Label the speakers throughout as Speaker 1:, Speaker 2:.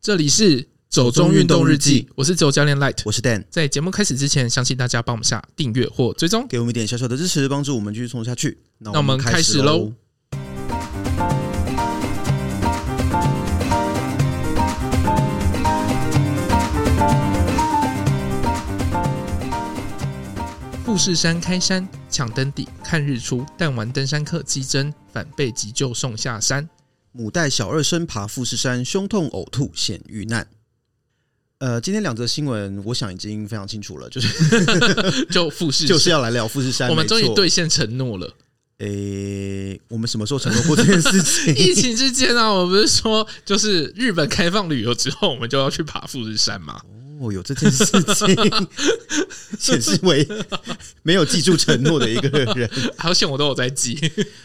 Speaker 1: 这里是走中运动日记，我是走教练 Light。
Speaker 2: 我是 Dan，
Speaker 1: 在节目开始之前，相信大家帮我们下订阅或追踪。
Speaker 2: 给我们一点小小的支持，帮助我们继续冲下去。那
Speaker 1: 那我们开始喽
Speaker 2: 喽。
Speaker 1: 富士山开山抢登顶看日出，但玩登山客激增，反被急救送下山。
Speaker 2: 母带小二生爬富士山，胸痛呕吐险遇难。呃，今天两则新闻，我想已经非常清楚了，就是
Speaker 1: 就富士山，
Speaker 2: 就是要来聊富士山。
Speaker 1: 我们
Speaker 2: 没
Speaker 1: 终于
Speaker 2: 错，
Speaker 1: 兑现承诺了。
Speaker 2: 诶、我们什么时候承诺过这件事
Speaker 1: 疫
Speaker 2: 情？
Speaker 1: 情之间啊，我不是说就是日本开放旅游之后，我们就要去爬富士山嘛？
Speaker 2: 哦，有这件事情，显示为没有记住承诺的一个人。
Speaker 1: 好险我都有在 记，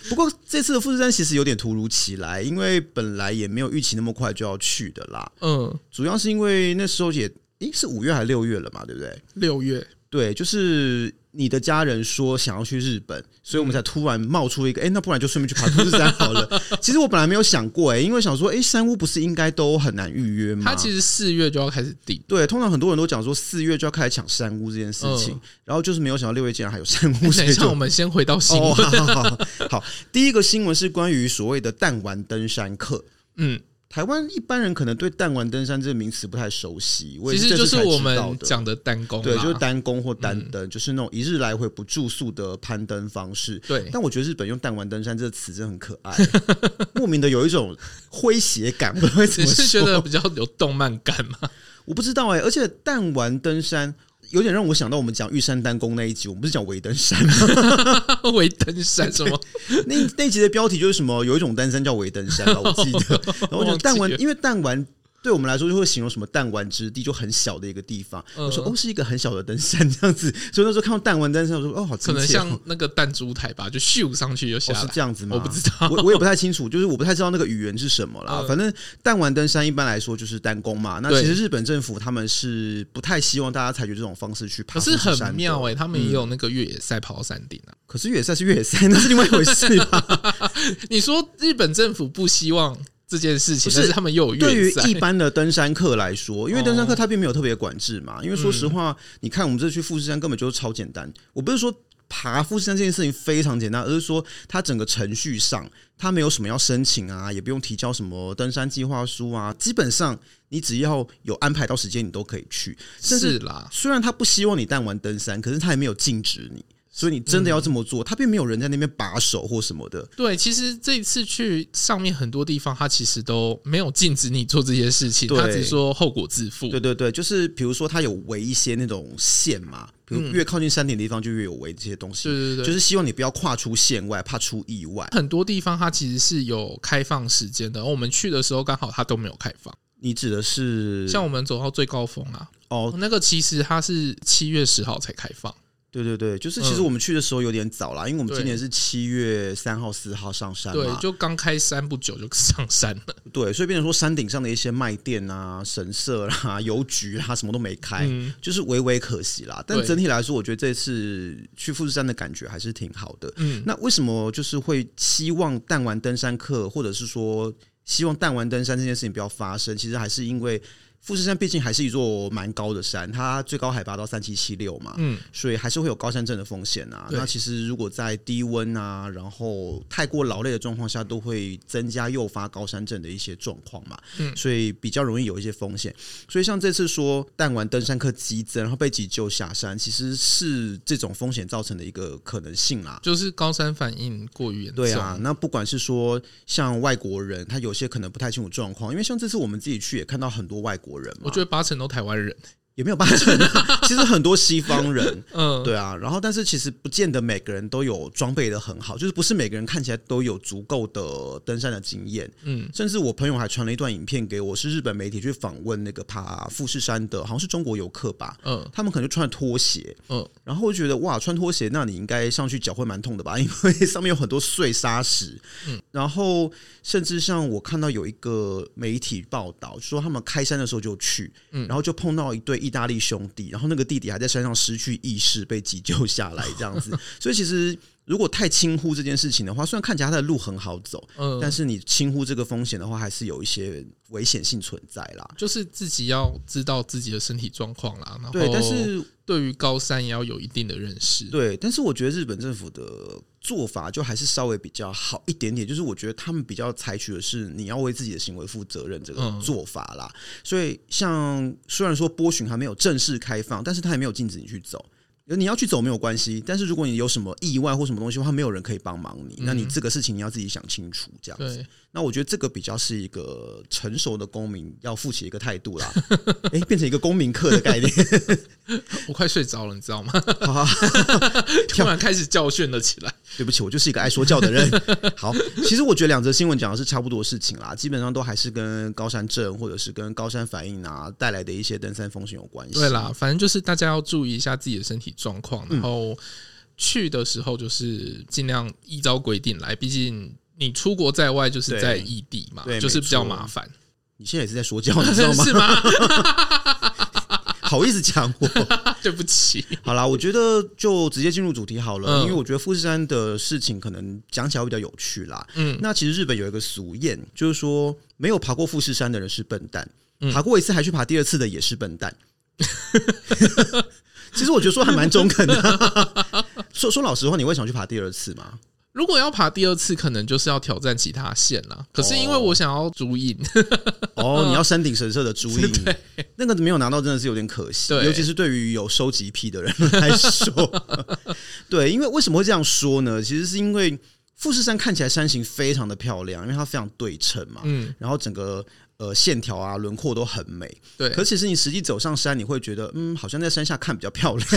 Speaker 2: 不过这次的富士山其实有点突如其来，因为本来也没有预期那么快就要去的啦。
Speaker 1: 嗯，
Speaker 2: 主要是因为那时候也，诶，是五月还是六月了嘛，对不对？
Speaker 1: 六月，
Speaker 2: 对，就是你的家人说想要去日本，所以我们才突然冒出一个，诶，那不然就顺便去爬富士山 好了。其实我本来没有想过、诶，因为想说，诶，山屋不是应该都很难预约吗？
Speaker 1: 他其实四月就要开始定，
Speaker 2: 对，通常很多人都讲说四月就要开始抢山屋这件事情，
Speaker 1: 嗯
Speaker 2: 然后就是没有想到六月竟然还 有山
Speaker 1: 等
Speaker 2: 屋，所
Speaker 1: 一
Speaker 2: 以
Speaker 1: 下
Speaker 2: 就
Speaker 1: 我们先回到新
Speaker 2: 哦，
Speaker 1: 闻，
Speaker 2: 好好好好，好第一个新闻是关于所谓的弹丸登山客。
Speaker 1: 嗯，
Speaker 2: 台湾一般人可能对弹丸登山这个名词不太熟悉，我
Speaker 1: 其
Speaker 2: 也
Speaker 1: 实就
Speaker 2: 这
Speaker 1: 是
Speaker 2: 次才
Speaker 1: 我
Speaker 2: 知道
Speaker 1: 们
Speaker 2: 的
Speaker 1: 讲的单攻啦，嗯
Speaker 2: 对，就是单攻或单登，就是那种一日来回不住宿的攀登方式。
Speaker 1: 对，
Speaker 2: 但我觉得日本用“弹丸登山”这个词真的很可爱， 莫名的有一种诙谐感，不知道为什
Speaker 1: 只
Speaker 2: 么
Speaker 1: 是觉
Speaker 2: 说
Speaker 1: 得比较有动漫感 嘛，
Speaker 2: 我不知道哎、而且弹丸登山有点让我想到我们讲玉山单攻那一集，我们不是讲围登山吗？
Speaker 1: 为登山什么，
Speaker 2: 那那一集的标题就是什么？有一种登山叫围登山吧，我记 得。然后我觉得弹
Speaker 1: 忘
Speaker 2: 丸
Speaker 1: 记了，
Speaker 2: 因为弹丸对我们来说就会形容什么弹丸之地，就很小的一个地方。
Speaker 1: 嗯
Speaker 2: 我说哦，是一个很小的登山这样子，所以那时候看到弹丸登山，我说哦，好
Speaker 1: 嗯可
Speaker 2: 亲
Speaker 1: 能
Speaker 2: 切哦。
Speaker 1: 像那个弹珠台吧，就咻上去就下
Speaker 2: 哦，是
Speaker 1: 来，
Speaker 2: 这样子吗？
Speaker 1: 我不知道，
Speaker 2: 我我也不太清楚，就是我不太知道那个语言是什么啦。
Speaker 1: 嗯
Speaker 2: 反正弹丸登山一般来说就是单攻嘛。那
Speaker 1: 对
Speaker 2: 其实日本政府他们是不太希望大家采取这种方式去爬
Speaker 1: 可
Speaker 2: 富
Speaker 1: 是
Speaker 2: 士山的。
Speaker 1: 很妙哎，他们也有那个越野赛跑山顶啊。
Speaker 2: 可是越野赛是越野赛，那是另外一回事吧。
Speaker 1: 你说日本政府不希望这件事情，
Speaker 2: 不是
Speaker 1: 但是他们又有
Speaker 2: 对
Speaker 1: 越
Speaker 2: 于
Speaker 1: 野赛
Speaker 2: 一 般的登山客来说，因为登山客他并没有特别管制嘛。因为说实话，你看我们这去富士山根本就是超简单。我不是说爬富士山这件事情非常简单，而是说它整个程序上，它没有什么要申请啊，也不用提交什么登山计划书啊。基本上你只要有安排到时间，你都可以去。甚至
Speaker 1: 是啦，
Speaker 2: 虽然他不希望你但玩登山，可是他也没有禁止你。所以你真的要这么做，他并没有人在那边把守或什么的。
Speaker 1: 对，其实这一次去上面很多地方，它其实都没有禁止你做这些事情，
Speaker 2: 对
Speaker 1: 它只说后果自负。
Speaker 2: 对对对，就是比如说它有围一些那种线嘛，
Speaker 1: 嗯
Speaker 2: 比如越靠近山顶的地方就越有围这些东西，
Speaker 1: 对对对，
Speaker 2: 就是希望你不要跨出线外，怕出意外。
Speaker 1: 很多地方它其实是有开放时间的，而我们去的时候刚好它都没有开放。
Speaker 2: 你指的是
Speaker 1: 像我们走到最高峰啊，
Speaker 2: 哦，
Speaker 1: 那个其实它是七月十号才开放。
Speaker 2: 对对对，就是其实
Speaker 1: 嗯
Speaker 2: 我们去的时候有点早啦，因为我们
Speaker 1: 对
Speaker 2: 今年是七月三号、四号上山
Speaker 1: 对
Speaker 2: 嘛，，
Speaker 1: 就刚开山不久就上山了。
Speaker 2: 对，所以变成说山顶上的一些卖店啊、神社啦、邮局啦，什么都没开。
Speaker 1: 嗯，
Speaker 2: 就是微微可惜啦，但
Speaker 1: 对
Speaker 2: 整体来说，我觉得这次去富士山的感觉还是挺好的。
Speaker 1: 嗯，
Speaker 2: 那为什么就是会希望弹丸登山客，或者是说希望弹丸登山这件事情不要发生？其实还是因为富士山毕竟还是一座蛮高的山，它最高海拔到三七七六嘛，
Speaker 1: 嗯，
Speaker 2: 所以还是会有高山症的风险啊。
Speaker 1: 对
Speaker 2: 那其实如果在低温啊，然后太过劳累的状况下，都会增加诱发高山症的一些状况嘛，
Speaker 1: 嗯
Speaker 2: 所以比较容易有一些风险。所以像这次说弹丸登山客激增，然后被急救下山，其实是这种风险造成的一个可能性啦。
Speaker 1: 就是高山反应过于严重。
Speaker 2: 对啊，，那不管是说像外国人，他有些可能不太清楚状况，因为像这次我们自己去也看到很多外国人嘛，
Speaker 1: 我觉得
Speaker 2: 得
Speaker 1: 八成都台湾人。
Speaker 2: 也没有八成啊， 其实很多西方人，
Speaker 1: 嗯，
Speaker 2: 对啊，然后但是其实不见得每个人都有装备的很好，就是不是每个人看起来都有足够的登山的经验，
Speaker 1: 嗯，
Speaker 2: 甚至我朋友还传了一段影片给我，是日本媒体去访问那个爬富士山的，好像是中国游客吧，
Speaker 1: 嗯
Speaker 2: 他们可能就穿着拖鞋，
Speaker 1: 嗯，
Speaker 2: 然后我觉得哇，穿拖鞋，那你应该上去脚会蛮痛的吧？ 因为上面有很多碎沙石。嗯，然后甚至像我看到有一个媒体报道说，他们开山的时候就去，嗯，然后就碰到一对意大利兄弟，然后那个弟弟还在山上失去意识，被急救下来这样子。所以其实。如果太轻忽这件事情的话，虽然看起来它的路很好走，
Speaker 1: 嗯，
Speaker 2: 但是你轻忽这个风险的话，还是有一些危险性存在啦。
Speaker 1: 就是自己要知道自己的身体状况啦。然后，
Speaker 2: 对，但是
Speaker 1: 对于高山也要有一定的认识。
Speaker 2: 对，但是我觉得日本政府的做法就还是稍微比较好一点点，就是我觉得他们比较采取的是你要为自己的行为负责任这个
Speaker 1: 嗯
Speaker 2: 做法啦。所以像虽然说波旬还没有正式开放，但是他也没有禁止你去走。你要去走没有关系，但是如果你有什么意外或什么东西的话，没有人可以帮忙你，那你这个事情你要自己想清楚，这样子。
Speaker 1: 嗯对，
Speaker 2: 那我觉得这个比较是一个成熟的公民要负起一个态度啦， 诶，变成一个公民课的概念，
Speaker 1: 我快睡着了，你知道吗？
Speaker 2: 好好好
Speaker 1: 突然开始教训了起来。
Speaker 2: 对不起，我就是一个爱说教的人。 好，其实我觉得两则新闻讲的是差不多的事情啦，基本上都还是跟高山症或者是跟高山反应啊带来的一些登山风险有关系。
Speaker 1: 对啦，反正就是大家要注意一下自己的身体状况，
Speaker 2: 嗯
Speaker 1: 然后去的时候就是尽量依照规定来，毕竟。你出国在外就是在
Speaker 2: 对
Speaker 1: 异地嘛，
Speaker 2: 对
Speaker 1: 就是比较
Speaker 2: 没错
Speaker 1: 麻烦，
Speaker 2: 你现在也是在说教，你知道 吗？
Speaker 1: 是吗？
Speaker 2: 好意思讲我。
Speaker 1: 对不起，
Speaker 2: 好啦，我觉得就直接进入主题好了，
Speaker 1: 嗯
Speaker 2: 因为我觉得富士山的事情可能讲起来会比较有趣啦。
Speaker 1: 嗯
Speaker 2: 嗯，那其实日本有一个俗谚，就是说没有爬过富士山的人是笨蛋，
Speaker 1: 嗯
Speaker 2: 爬过一次还去爬第二次的也是笨蛋。 其实我觉得说还蛮中肯的、 说说老实话，你会想去爬第二次吗？
Speaker 1: 如果要爬第二次，可能就是要挑战其他线啦。可是因为我想要足印，
Speaker 2: 哦，你要山顶神社的朱印， 那个没有拿到真的是有点可惜，
Speaker 1: 对
Speaker 2: 尤其是对于有收集癖的人来说。 对，因为为什么会这样说呢？其实是因为富士山看起来山形非常的漂亮，因为它非常对称嘛，
Speaker 1: 嗯，
Speaker 2: 然后整个呃线条啊轮廓都很美。
Speaker 1: 对，
Speaker 2: 可其实你实际走上山，你会觉得嗯，好像在山下看比较 漂亮，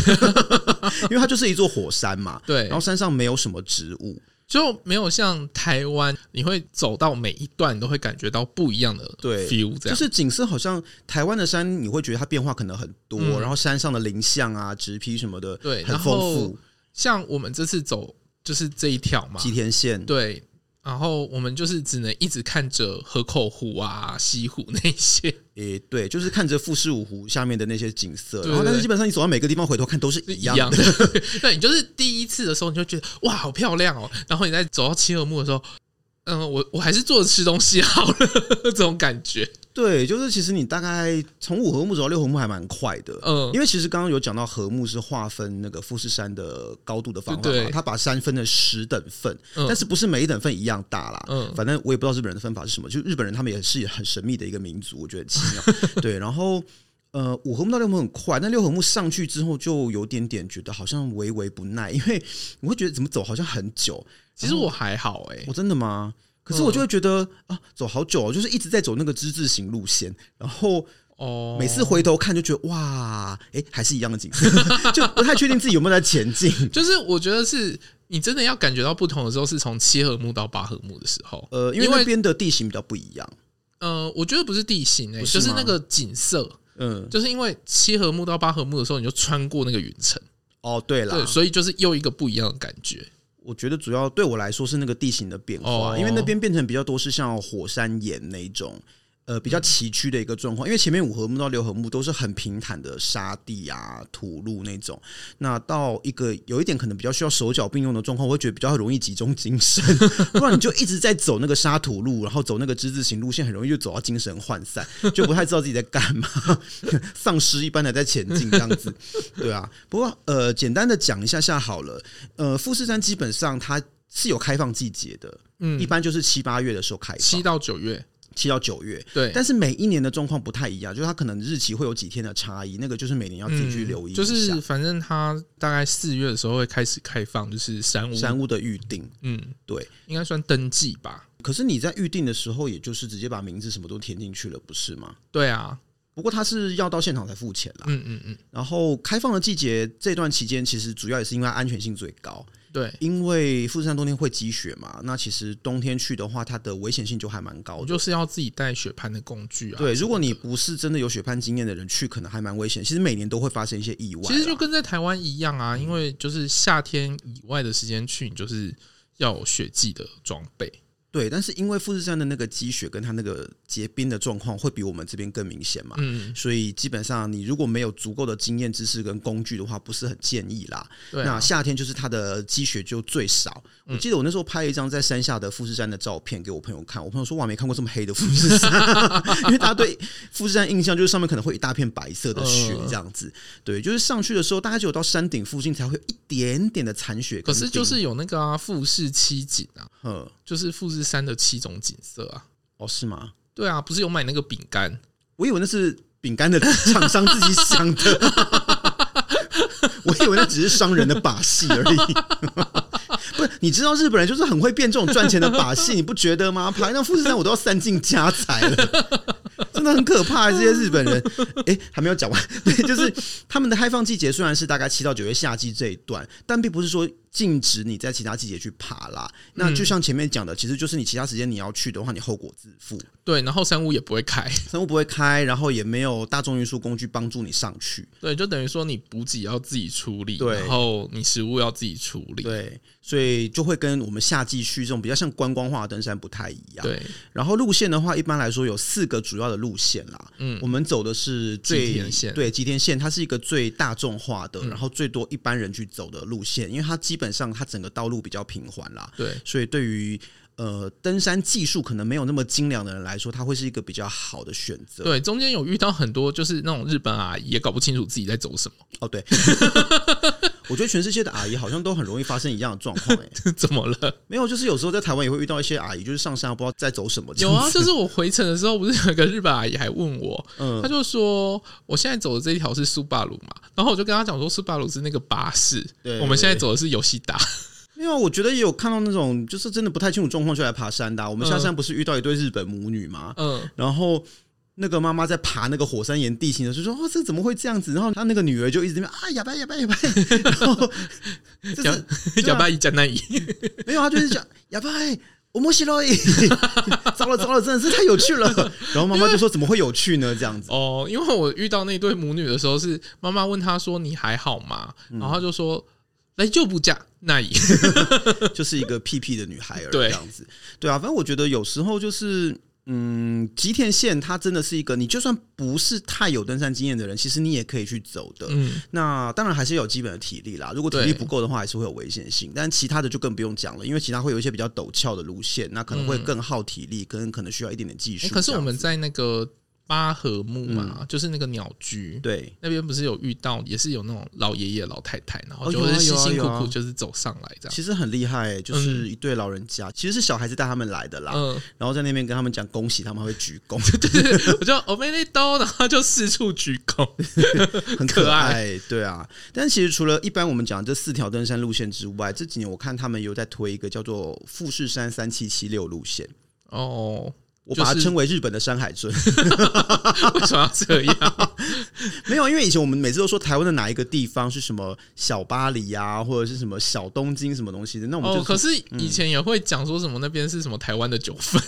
Speaker 2: 因为它就是一座火山嘛。
Speaker 1: 对
Speaker 2: 然后，山上没有什么植物，
Speaker 1: 就没有像台湾，你会走到每一段都会感觉到不一样的
Speaker 2: 对
Speaker 1: feel，这
Speaker 2: 就
Speaker 1: 样
Speaker 2: 是景色好像台湾的山，你会觉得它变化可能很多，
Speaker 1: 嗯
Speaker 2: 然后山上的林相啊、植批什么的，
Speaker 1: 对
Speaker 2: 很
Speaker 1: 然
Speaker 2: 丰
Speaker 1: 后
Speaker 2: 富。
Speaker 1: 像我们这次走就是这一条嘛
Speaker 2: 吉，田县，
Speaker 1: 对，然后我们就是只能一直看着河口湖啊、西湖那些，
Speaker 2: 诶，对，就是看着富士五湖下面的那些景色，
Speaker 1: 对
Speaker 2: 然后但
Speaker 1: 对
Speaker 2: 是基本上你走到每个地方回头看都是
Speaker 1: 是
Speaker 2: 一
Speaker 1: 一
Speaker 2: 样
Speaker 1: 样
Speaker 2: 的。
Speaker 1: 的。对，你就是第一次的时候，你就觉得哇，好漂亮哦。然后你在走到七和木的时候，嗯、我我还是坐着吃东西好了，这种感觉。
Speaker 2: 对，就是其实你大概从五合目走到六合目还蛮快的。
Speaker 1: 嗯
Speaker 2: 因为其实刚刚有讲到和木是划分那个富士山的高度的方法
Speaker 1: 对
Speaker 2: 嘛
Speaker 1: 对，
Speaker 2: 它把山分了十等份，
Speaker 1: 嗯
Speaker 2: 但是不是每一等份一样大啦。
Speaker 1: 嗯
Speaker 2: 反正我也不知道日本人的分法是什么，就日本人他们也是很神秘的一个民族，我觉得很奇 妙。对，然后。呃，五合目到六合目很快，那六合目上去之后就有点点觉得好像微微不耐，因为你会觉得怎么走好像很久，
Speaker 1: 其实我还好哎、嗯
Speaker 2: 我、真的吗？可是我就会觉得、啊，走好久、哦，就是一直在走那个之字形路线，然后
Speaker 1: 哦，
Speaker 2: 每次回头看就觉得哇，哎、还是一样的景色， 就不太确定自己有没有在前进。
Speaker 1: 就是我觉得是你真的要感觉到不同的时候，是从七和木到八和木的时候。
Speaker 2: 呃，因为
Speaker 1: 因为
Speaker 2: 那边的地形比较不一样，
Speaker 1: 呃，我觉得不是地形诶、
Speaker 2: 不是
Speaker 1: 就是
Speaker 2: 吗
Speaker 1: 那个景色，
Speaker 2: 嗯，
Speaker 1: 就是因为七和木到八和木的时候，你就穿过那个云层，
Speaker 2: 哦，对啦
Speaker 1: 对，，所以就是又一个不一样的感觉。
Speaker 2: 我觉得主要对我来说是那个地形的变化，
Speaker 1: 哦
Speaker 2: 因为那边变成比较多是像火山岩那一种。呃，比较崎岖的一个状况，因为前面五合目到六合目都是很平坦的沙地啊、土路那种，那到一个有一点可能比较需要手脚并用的状况，我会觉得比较容易集中精神， 不然你就一直在走那个沙土路，然后走那个之字形路线，很容易就走到精神涣散，就不太知道自己在干嘛，丧尸一般的在前进这样子， 对啊。不过呃，简单的讲一下下好了，呃，富士山基本上它是有开放季节的，
Speaker 1: 嗯
Speaker 2: 一，般就是七八月的时候开放，
Speaker 1: 七到九月，
Speaker 2: 七到九月。
Speaker 1: 对，
Speaker 2: 但是每一年的状况不太一样，就是它可能日期会有几天的差异，那个就是每年要自己去留意一下。
Speaker 1: 嗯就是反正它大概四月的时候会开始开放，就是山屋，
Speaker 2: 山屋的预定，
Speaker 1: 嗯，
Speaker 2: 对。
Speaker 1: 应该算登记吧？
Speaker 2: 可是你在预定的时候，也就是直接把名字什么都填进去了，不是吗？
Speaker 1: 对啊，
Speaker 2: 不过它是要到现场才付钱啦。
Speaker 1: 嗯嗯嗯，
Speaker 2: 然后开放的季节这段期间，其实主要也是因为它安全性最高，
Speaker 1: 对，
Speaker 2: 因为富士山冬天会积雪嘛。那其实冬天去的话，它的危险性就还蛮高
Speaker 1: 我
Speaker 2: 的。
Speaker 1: 就是要自己带雪盘的工具啊。
Speaker 2: 对，如果你不是真的有雪攀经验的人去，可能还蛮危险。其实每年都会发生一些意外啊啦。
Speaker 1: 其实就跟在台湾一样
Speaker 2: 嗯
Speaker 1: 啊，因为就是夏天以外的时间去，你就是要有雪季的装备。
Speaker 2: 对，但是因为富士山的那个积雪跟它那个结冰的状况会比我们这边更明显嘛，
Speaker 1: 嗯，
Speaker 2: 所以基本上你如果没有足够的经验、知识跟工具的话，不是很建议啦。
Speaker 1: 对嗯啊、
Speaker 2: 那夏天就是它的积雪就最少。我记得我那时候拍了一张在山下的富士山的照片给我朋友看，我朋友说哇没看过这么黑的富 士山，因为大家对富士山印象就是上面可能会一大片白色的雪
Speaker 1: 嗯
Speaker 2: 这样子。对，就是上去的时候，大概只有到山顶附近才会有一点点的残雪
Speaker 1: 可
Speaker 2: 跟冰。
Speaker 1: 是就是有那个啊，富士七景啊，
Speaker 2: 嗯，
Speaker 1: 就是富士山的七种景色啊。
Speaker 2: 哦是吗？
Speaker 1: 对啊，不是有买那个饼干，
Speaker 2: 我以为那是饼干的厂商自己想的，我以为那只是商人的把戏而已。不是，你知道日本人就是很会变这种赚钱的把戏，你不觉得吗？排那富士山我都要散尽家财了，真的很可怕、这些日本人，哎、还没有讲完。 对，就是他们的开放季节虽然是大概七到九月夏季这一段，但并不是说禁止你在其他季节去爬啦。那就像前面讲的，其实就是你其他时间你要去的话，你后果自负。
Speaker 1: 对，然后山屋也不会开，
Speaker 2: 生物不会开，然后也没有大众运输工具帮助你上去。
Speaker 1: 对，就等于说你补给要自己处理，
Speaker 2: 对
Speaker 1: 然后你食物要自己处理，
Speaker 2: 对，所以就会跟我们夏季去这种比较像观光化的登山不太一样。，
Speaker 1: 对，
Speaker 2: 然后路线的话，一般来说有四个主要的路线啦。
Speaker 1: 嗯
Speaker 2: 我们走的是最
Speaker 1: 吉田线嗯
Speaker 2: 对吉田线，它是一个最大众化的，然后最多一般人去走的路线，因为它基本上它整个道路比较平缓啦，
Speaker 1: 对，
Speaker 2: 所以对于呃登山技术可能没有那么精良的人来说，它会是一个比较好的选择。
Speaker 1: 对，中间有遇到很多就是那种日本阿姨也搞不清楚自己在走什么，
Speaker 2: 哦，对， 我觉得全世界的阿姨好像都很容易发生一样的状况、欸，
Speaker 1: 怎么 了？
Speaker 2: 没有，就是有时候在台湾也会遇到一些阿姨，就是上山不知道在走什么这
Speaker 1: 有
Speaker 2: 样
Speaker 1: 啊，
Speaker 2: 子，
Speaker 1: 就是我回程的时候，不是有一个日本阿姨还问我，她
Speaker 2: 嗯，
Speaker 1: 就说我现在走的这一条是苏巴鲁嘛，然后我就跟她讲说苏巴鲁是那个巴士，
Speaker 2: 对
Speaker 1: 我们现在走的是游戏达，
Speaker 2: 没有，我觉得也有看到那种就是真的不太清楚状况就来爬山的啊、我们下山不是遇到一对日本母女吗？
Speaker 1: 嗯，
Speaker 2: 然后。那个妈妈在爬那个火山岩地形的时候就说：“哦，这怎么会这样子？”然后她那个女儿就一直在那边啊，哑巴哑巴哑 巴，然后就
Speaker 1: 哑
Speaker 2: 是对啊
Speaker 1: 哑巴一加那一，
Speaker 2: 没有，他就是讲哑巴、欸，我莫西洛伊， 糟了糟了，真的是太有 趣了。然后妈妈就说：“怎么会有趣呢？”这样子。
Speaker 1: 哦，因为我遇到那对母女的时候，是妈妈问她说：“你还好吗？”
Speaker 2: 嗯
Speaker 1: 然后她就说：“来就不嫁那也。
Speaker 2: 就是一个屁屁的女孩儿
Speaker 1: 对
Speaker 2: 这样子。对啊，反正我觉得有时候就是，嗯，吉田县它真的是一个，你就算不是太有登山经验的人，其实你也可以去走的。
Speaker 1: 嗯，
Speaker 2: 那当然还是要有基本的体力啦，如果体力
Speaker 1: 对
Speaker 2: 不够的话，还是会有危险性。但其他的就更不用讲了，因为其他会有一些比较陡峭的路线，那可能会更耗体力，跟可能需要一点点技术
Speaker 1: 嗯诶
Speaker 2: 这样子、嗯
Speaker 1: 可是我们在那个八和木嘛，就是那个鸟居。
Speaker 2: 对
Speaker 1: 那边不是有遇到，也是有那种老爷爷老太太，然后
Speaker 2: 哦
Speaker 1: 就
Speaker 2: 有啊
Speaker 1: 是辛
Speaker 2: 有啊
Speaker 1: 辛苦
Speaker 2: 有
Speaker 1: 苦
Speaker 2: 啊
Speaker 1: 就是走上来这样。
Speaker 2: 其实很厉害、欸就是一对老人家，其实是小孩子带他们来的啦，
Speaker 1: 嗯，
Speaker 2: 然后在那边跟他们讲恭喜，他们还会鞠躬，
Speaker 1: 我就我妹那兜，然后就四处鞠 躬。
Speaker 2: 很
Speaker 1: 可
Speaker 2: 可
Speaker 1: 爱
Speaker 2: 爱，对啊。但其实除了一般我们讲这四条登山路线之外，这几年我看他们有在推一个叫做富士山三七七六路线，
Speaker 1: 哦，
Speaker 2: 我把它
Speaker 1: 就是
Speaker 2: 称为日本的山海尊。
Speaker 1: 哦为什么要这样？
Speaker 2: 没有，因为以前我们每次都说台湾的哪一个地方是什么小巴黎啊，或者是什么小东京什么东西的，那我们就嗯
Speaker 1: 哦，
Speaker 2: 说
Speaker 1: 可是以前也会讲说什么那边是什么台湾的九份，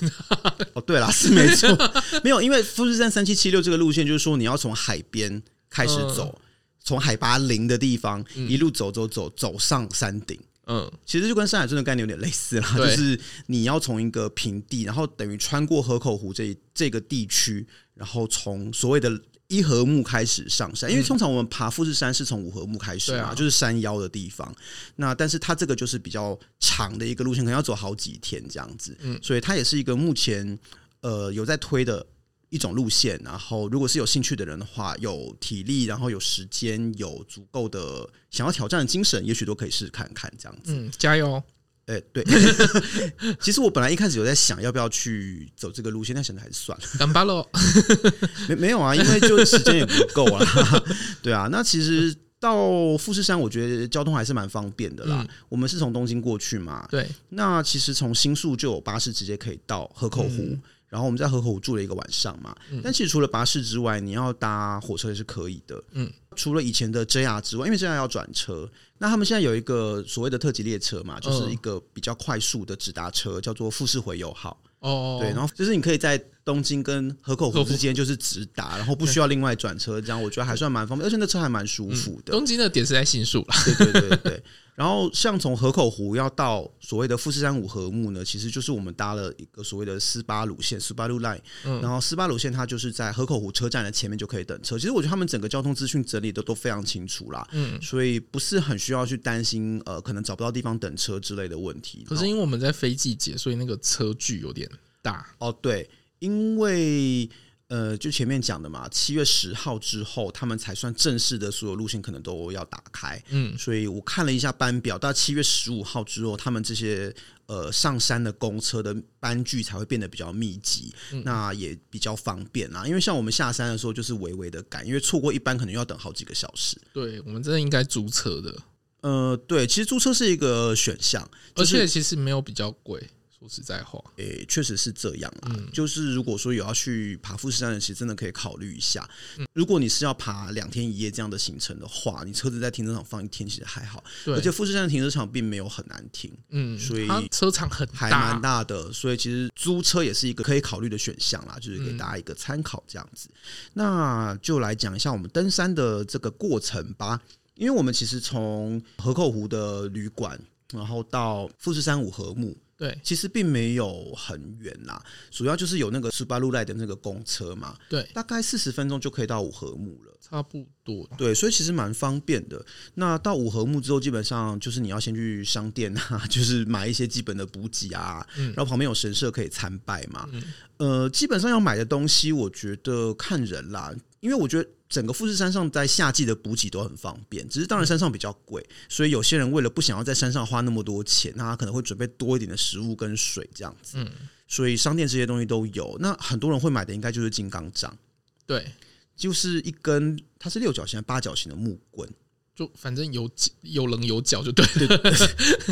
Speaker 2: 哦，对啦，是没错，没有，因为富士山三七七六这个路线，就是说你要从海边开始走，从、海拔零的地方、一路走走走走上山顶，
Speaker 1: 嗯，
Speaker 2: 其实就跟山海镇的概念有点类似啦，就
Speaker 1: 对
Speaker 2: 是你要从一个平地，然后等于穿过河口湖这一这个地区，然后从所谓的。一合目开始上山，因为通常我们爬富士山是从五合目开
Speaker 1: 嗯
Speaker 2: 始
Speaker 1: 对
Speaker 2: 嘛，
Speaker 1: 啊
Speaker 2: 就是山腰的地方。那但是它这个就是比较长的一个路线，可能要走好几天这样子。
Speaker 1: 嗯
Speaker 2: 所以它也是一个目前呃有在推的一种路线。然后，如果是有兴趣的人的话，有体力，然后有时间，有足够的想要挑战的精神，也许都可以试试看看这样子。
Speaker 1: 嗯，加 油！
Speaker 2: 哎、对。其实我本来一开始有在想要不要去走这个路线，但想着还是算了，
Speaker 1: 干巴喽！
Speaker 2: 没没有啊，因为就时间也不够啊。 对啊，那其实。到富士山，我觉得交通还是蛮方便的啦。我们是从东京过去嘛，
Speaker 1: 对，
Speaker 2: 那其实从新宿就有巴士直接可以到河口湖，
Speaker 1: 嗯
Speaker 2: 然后我们在河口湖住了一个晚上嘛。但其实除了巴士之外，你要搭火车也是可以的。
Speaker 1: 嗯，
Speaker 2: 除了以前的 JR 之外，因为 JR 要转车，那他们现在有一个所谓的特级列车
Speaker 1: 嗯
Speaker 2: 嘛，就是一个比较快速的直达车，叫做富士回友号。
Speaker 1: 哦，
Speaker 2: 对，然后就是你可以在东京跟河口湖之间就是直达，然后不需要另外转车，这样我觉得还算蛮方便，而且那车还蛮舒服的。
Speaker 1: 东京的点是在新宿 啦，
Speaker 2: 对对对对对。然后像从河口湖要到所谓的富士山五合目呢，其实就是我们搭了一个所谓的斯巴鲁线 （Subaru Line），、然
Speaker 1: 嗯
Speaker 2: 后斯巴鲁线它就是在河口湖车站的前面就可以等车。其实我觉得他们整个交通资讯整理的都非常清楚啦，嗯，所以不是很需要去担心呃可能找不到地方等车之类的问题。
Speaker 1: 可是因为我们在非季节，所以那个车距有点大。
Speaker 2: 哦，对，因为呃，就前面讲的嘛，七月十号之后，他们才算正式的所有路线可能都要打开。嗯，所以我看了一下班表，到七月十五号之后，他们这些呃上山的公车的班距才会变得比较密集，
Speaker 1: 嗯
Speaker 2: 那也比较方便啊啦。因为像我们下山的时候就是微微的赶，因为错过一班可能要等好几个小时。
Speaker 1: 对我们真的应该租车的，
Speaker 2: 呃，对，其实租车是一个选项，
Speaker 1: 而
Speaker 2: 就是
Speaker 1: 且其实没有比较贵。说实在话，
Speaker 2: 诶，确实是这样
Speaker 1: 嗯
Speaker 2: 啦。就是如果说有要去爬富士山的，其实真的可以考虑一下。
Speaker 1: 嗯
Speaker 2: 如果你是要爬两天一夜这样的行程的话，你车子在停车场放一天其实还好，
Speaker 1: 对
Speaker 2: 而且富士山的停车场并没有很难停，
Speaker 1: 嗯，
Speaker 2: 所以
Speaker 1: 它车场很
Speaker 2: 还蛮大的，所以其实租车也是一个可以考虑的选项啦，就是给大家一个参考这样子。那就来讲一下我们登山的这个过程吧，因为我们其实从河口湖的旅馆，然后到富士山五合目。
Speaker 1: 对
Speaker 2: 其实并没有很远啦，主要就是有那个 Subaru Ride 的那个公车嘛，
Speaker 1: 对，
Speaker 2: 大概四十分钟就可以到五合目了。
Speaker 1: 差不多。
Speaker 2: 对，所以其实蛮方便的。那到五合目之后，基本上就是你要先去商店啊， 就是买一些基本的补给啊，然后旁边有神社可以参拜嘛。呃，基本上要买的东西，我觉得看人啦，因为我觉得。整个富士山上在夏季的补给都很方便，只是当然山上比较贵，所以有些人为了不想要在山上花那么多钱，那他可能会准备多一点的食物跟水这样子。所以商店这些东西都有。那很多人会买的应该就是金刚杖。
Speaker 1: 对，
Speaker 2: 就是一根，它是六角形、八角形的木棍。
Speaker 1: 就反正有有棱有角就对了。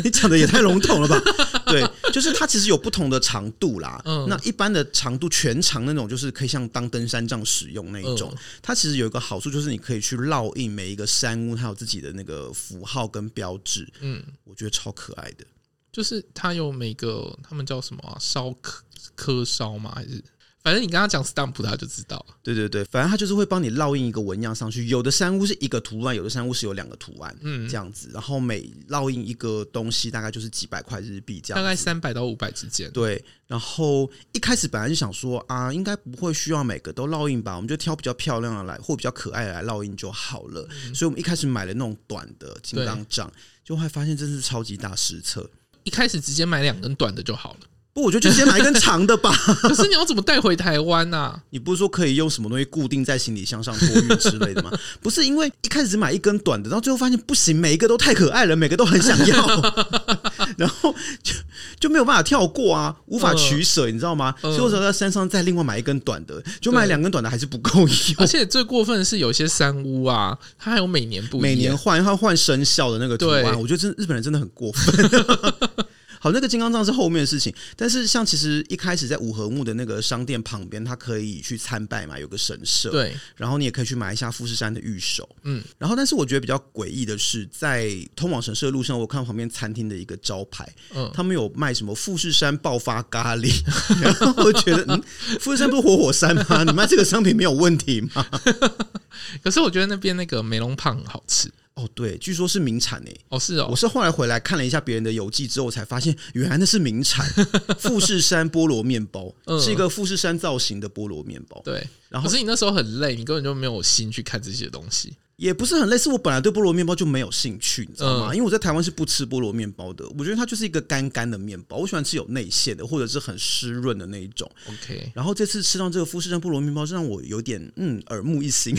Speaker 2: 你讲的也太笼统了吧？ 对，就是它其实有不同的长度啦。
Speaker 1: 嗯
Speaker 2: 那一般的长度全长那种，就是可以像当登山杖使用那一种。
Speaker 1: 嗯
Speaker 2: 它其实有一个好处，就是你可以去烙印每一个山屋，它有自己的那个符号跟标志。
Speaker 1: 嗯，
Speaker 2: 我觉得超可爱的。
Speaker 1: 就是它有每个他们叫什么啊，烧科科烧吗？还是反正你跟他讲 stump，他就知道了。
Speaker 2: 对对对，反正它就是会帮你烙印一个纹样上去。有的山屋是一个图案，有的山屋是有两个图案，嗯，这样子。然后每烙印一个东西，大概就是几百块日币这样
Speaker 1: 大
Speaker 2: 子。
Speaker 1: 概三百到五百之间。
Speaker 2: 对，然后一开始本来就想说啊，应该不会需要每个都烙印吧，我们就挑比较漂亮的来或比较可爱的来烙印就好了。所以我们一开始买了那种短的金刚杖，就会发现真是超级大失策。
Speaker 1: 一开始直接买两根短的就好了。
Speaker 2: 不，我就直接买一根长的吧。
Speaker 1: 可是你要怎么带回台湾啊？
Speaker 2: 你不是说可以用什么东西固定在行李箱上托运之类的吗？ 不是，因为一开始只买一根短的，到最后发现不行，每一个都太可爱了，每个都很想要， 然后就就没有办法跳过啊，无法取舍，你知道吗？所以我只好在山上再另外买一根短的，就买两根短的还是不够
Speaker 1: 而
Speaker 2: 用，
Speaker 1: 且最过分的是，有些山屋啊，它还有每年不一样
Speaker 2: 每年换，要换生肖的那个图
Speaker 1: 对
Speaker 2: 案，我觉得真日本人真的很过分。 好，那个金刚杖是后面的事情，但是像其实一开始在五合目的那个商店旁边，它可以去参拜嘛，有个神社，
Speaker 1: 对
Speaker 2: 然后你也可以去买一下富士山的玉手，
Speaker 1: 嗯
Speaker 2: 嗯，然后但是我觉得比较诡异的是，在通往神社的路上，我看到旁边餐厅的一个招牌，
Speaker 1: 嗯
Speaker 2: 嗯，他们有卖什么富士山爆发咖喱， 然后我觉得，嗯，富士山不是活火山吗？ 你卖这个商品没有问题吗？
Speaker 1: 可是我觉得那边那个梅龙胖很好吃
Speaker 2: 哦，对，据说是名产诶、
Speaker 1: 哦，是
Speaker 2: 我
Speaker 1: 哦，
Speaker 2: 是后来回来看了一下别人的游记之后，我才发现原来那是名产富士山菠萝面包，
Speaker 1: 嗯
Speaker 2: 是一个富士山造型的菠萝面包。
Speaker 1: 对。
Speaker 2: 然
Speaker 1: 可
Speaker 2: 后
Speaker 1: 是你那时候很累，你根本就没有心去看这些东西。
Speaker 2: 也不是很类似。我本来对菠萝面包就没有兴趣，你知道吗？
Speaker 1: 嗯
Speaker 2: 因为我在台湾是不吃菠萝面包的，我觉得它就是一个干干的面包。我喜欢吃有内馅的，或者是很湿润的那一种。
Speaker 1: OK，
Speaker 2: 然后这次吃到这个富士山菠萝面包，是让我有点嗯耳目一新，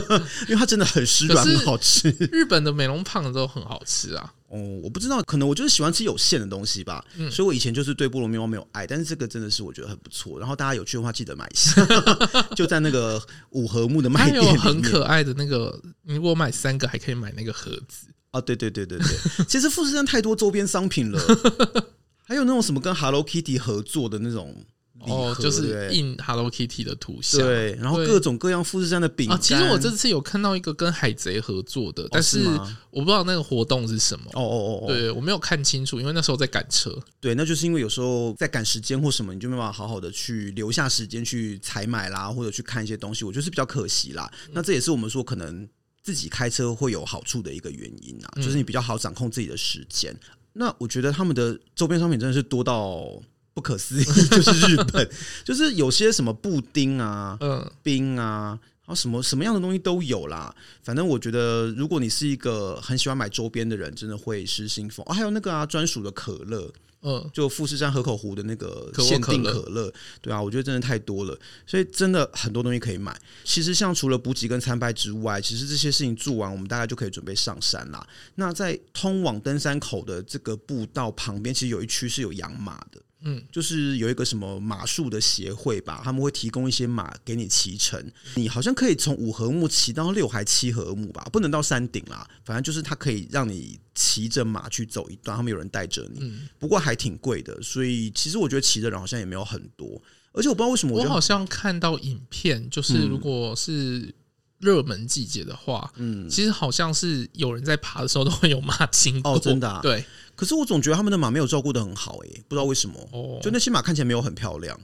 Speaker 2: 因为它真的很湿软，
Speaker 1: 可是
Speaker 2: 很好吃。
Speaker 1: 日本的梅龙胖都很好吃啊。
Speaker 2: 哦，我不知道，可能我就是喜欢吃有馅的东西吧，
Speaker 1: 嗯
Speaker 2: 所以我以前就是对菠萝面包没有爱，但是这个真的是我觉得很不错。然后大家有去的话，记得买一下， 就在那个五合目的卖
Speaker 1: 还
Speaker 2: 店
Speaker 1: 有
Speaker 2: 里面。
Speaker 1: 很可爱的那个，你如果买三个，还可以买那个盒子。
Speaker 2: 啊，对对对 对对，其实富士山太多周边商品了，还有那种什么跟 Hello Kitty 合作的那种礼盒，
Speaker 1: 哦，就
Speaker 2: 对不
Speaker 1: 是
Speaker 2: 对
Speaker 1: 印 Hello Kitty 的图像。
Speaker 2: 对，然后
Speaker 1: 对
Speaker 2: 各种各样富士山的
Speaker 1: 啊，
Speaker 2: 饼干。哦
Speaker 1: 其实我这次有看到一个跟海贼合作的，但
Speaker 2: 是
Speaker 1: 是
Speaker 2: 吗
Speaker 1: 我不知道那个活动是什么。
Speaker 2: 哦哦哦哦，
Speaker 1: 对，我没有看清楚，因为那时候在赶车。
Speaker 2: 对，那就是因为有时候在赶时间或什么，你就没办法好好的去留下时间去采买啦，或者去看一些东西，我觉得是比较可惜啦。那这也是我们说可能自己开车会有好处的一个原因啊，就是你比较好掌控自己的时间。那我觉得他们的周边商品真的是多到。不可思议， 就是日本，就是有些什么布丁啊，
Speaker 1: 嗯，
Speaker 2: 冰啊，然后什么什么样的东西都有啦。反正我觉得，如果你是一个很喜欢买周边的人，真的会失心疯。哦，还有那个啊，专属的可乐，
Speaker 1: 嗯，
Speaker 2: 就富士山河口湖的那个
Speaker 1: 可口可乐
Speaker 2: 限定可乐，对啊，我觉得真的太多了，所以真的很多东西可以买。其实像除了补给跟参拜之外，其实这些事情做完，我们大概就可以准备上山啦。那在通往登山口的这个步道旁边，其实有一区是有养马的。
Speaker 1: 嗯，
Speaker 2: 就是有一个什么马术的协会吧，他们会提供一些马给你骑乘，你好像可以从五合目骑到六还七合目吧，不能到山顶啦，反正就是它可以让你骑着马去走一段，他们有人带着你。
Speaker 1: 嗯
Speaker 2: 不过还挺贵的，所以其实我觉得骑的人好像也没有很多，而且我不知道为什么我
Speaker 1: 我
Speaker 2: 觉得
Speaker 1: 好像看到影片，就是如果是热门季节的话，嗯，其实好像是有人在爬的时候都会有马经过，
Speaker 2: 哦真的啊
Speaker 1: 对，
Speaker 2: 可是我总觉得他们的马没有照顾的很好诶、不知道为什么，
Speaker 1: 哦，
Speaker 2: 就那些马看起来没有很漂亮，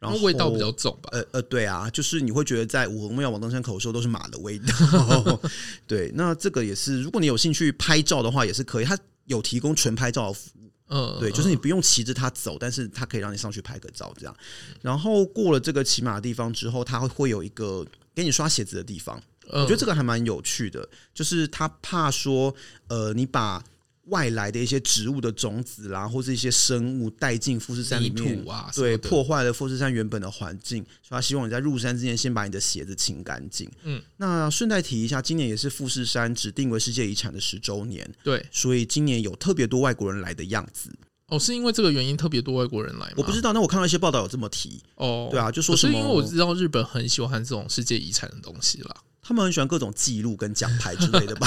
Speaker 2: 然
Speaker 1: 然后
Speaker 2: 后
Speaker 1: 味道比较重吧，
Speaker 2: 呃呃，对啊，就是你会觉得在五合目要往登山口的时候都是马的 味道。对，那这个也是，如果你有兴趣拍照的话，也是可以。它有提供纯拍照的服务，
Speaker 1: 嗯，
Speaker 2: 对，就是你不用骑着它走，但是它可以让你上去拍个照这样。然后过了这个骑马的地方之后，它会会有一个给你刷鞋子的地方。
Speaker 1: 嗯，
Speaker 2: 我觉得这个还蛮有趣的，就是他怕说，呃，你把外来的一些植物的种子啦，或是一些生物带进富士山里
Speaker 1: 泥
Speaker 2: 面，
Speaker 1: 土啊，
Speaker 2: 对，
Speaker 1: 破，
Speaker 2: 破坏了富士山原本的环境，所以他希望你在入山之前先把你的鞋子清干净。
Speaker 1: 嗯，
Speaker 2: 那顺带提一下，今年也是富士山指定为世界遗产的十周年，
Speaker 1: 对，
Speaker 2: 所以今年有特别多外国人来的样子。
Speaker 1: 哦，是因为这个原因特别多外国人来吗？
Speaker 2: 我不知道，那我看到一些报道有这么提，
Speaker 1: 哎哦，
Speaker 2: 对啊，就说
Speaker 1: 可
Speaker 2: 什
Speaker 1: 是
Speaker 2: 么
Speaker 1: 因为我知道日本很喜欢这种世界遗产的东西啦，
Speaker 2: 他们很喜欢各种记录跟奖牌之类 的吧，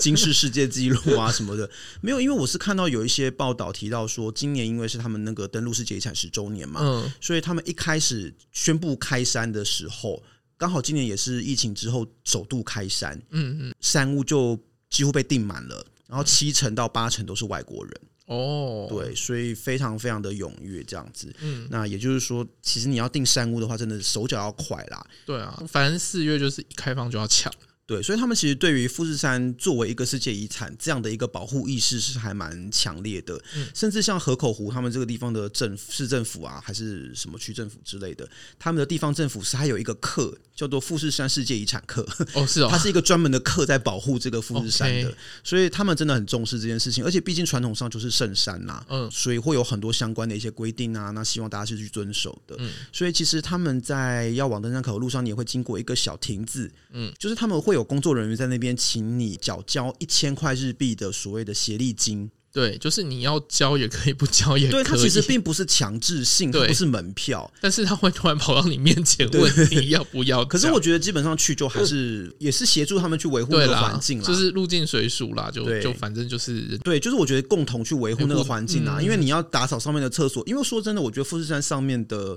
Speaker 2: 金氏世界纪录啊什么的。没有，因为我是看到有一些报道提到说，今年因为是他们那个登陆世界遗产十周年嘛，
Speaker 1: 嗯，
Speaker 2: 所以他们一开始宣布开山的时候，刚好今年也是疫情之后首度开山，
Speaker 1: 嗯嗯，
Speaker 2: 山屋就几乎被订满了，然后七成到八成都是外国人，
Speaker 1: 哦，，
Speaker 2: 对，所以非常非常的踊跃这样子。
Speaker 1: 嗯，
Speaker 2: 那也就是说，其实你要订山屋的话，真的手脚要快啦。
Speaker 1: 对啊，反正四月就是一开放就要抢，
Speaker 2: 对，所以他们其实对于富士山作为一个世界遗产这样的一个保护意识是还蛮强烈的，甚至像河口湖他们这个地方的政市政府啊，还是什么区政府之类的，他们的地方政府是还有一个课叫做富士山世界遗产课，
Speaker 1: 哦，是哦
Speaker 2: 它，是一个专门的课在保护这个富士山的
Speaker 1: OK，
Speaker 2: 所以他们真的很重视这件事情，而且毕竟传统上就是圣山呐、
Speaker 1: 嗯
Speaker 2: 所以会有很多相关的一些规定啊，那希望大家是去遵守的。
Speaker 1: 嗯
Speaker 2: 所以其实他们在要往登山口的路上，你也会经过一个小亭子，嗯，就是他们会有工作人员在那边，请你缴交一千块日币的所谓的协力金。
Speaker 1: 对，就是你要交也可以，不交也可以，
Speaker 2: 对，它其实并不是强制性，它
Speaker 1: 对
Speaker 2: 不是门票。
Speaker 1: 但是他会突然跑到你面前问你要不要这
Speaker 2: 可
Speaker 1: 样。
Speaker 2: 是我觉得基本上去就还是、也是协助他们去维护
Speaker 1: 啊对
Speaker 2: 那个
Speaker 1: 啦，
Speaker 2: 环境啦，
Speaker 1: 就是入境随俗啦，就
Speaker 2: 对
Speaker 1: 就反正就是
Speaker 2: 对，就是我觉得共同去维护那个环境啊，
Speaker 1: 嗯
Speaker 2: 因为你要打扫上面的厕所，因为说真的，我觉得富士山上面的。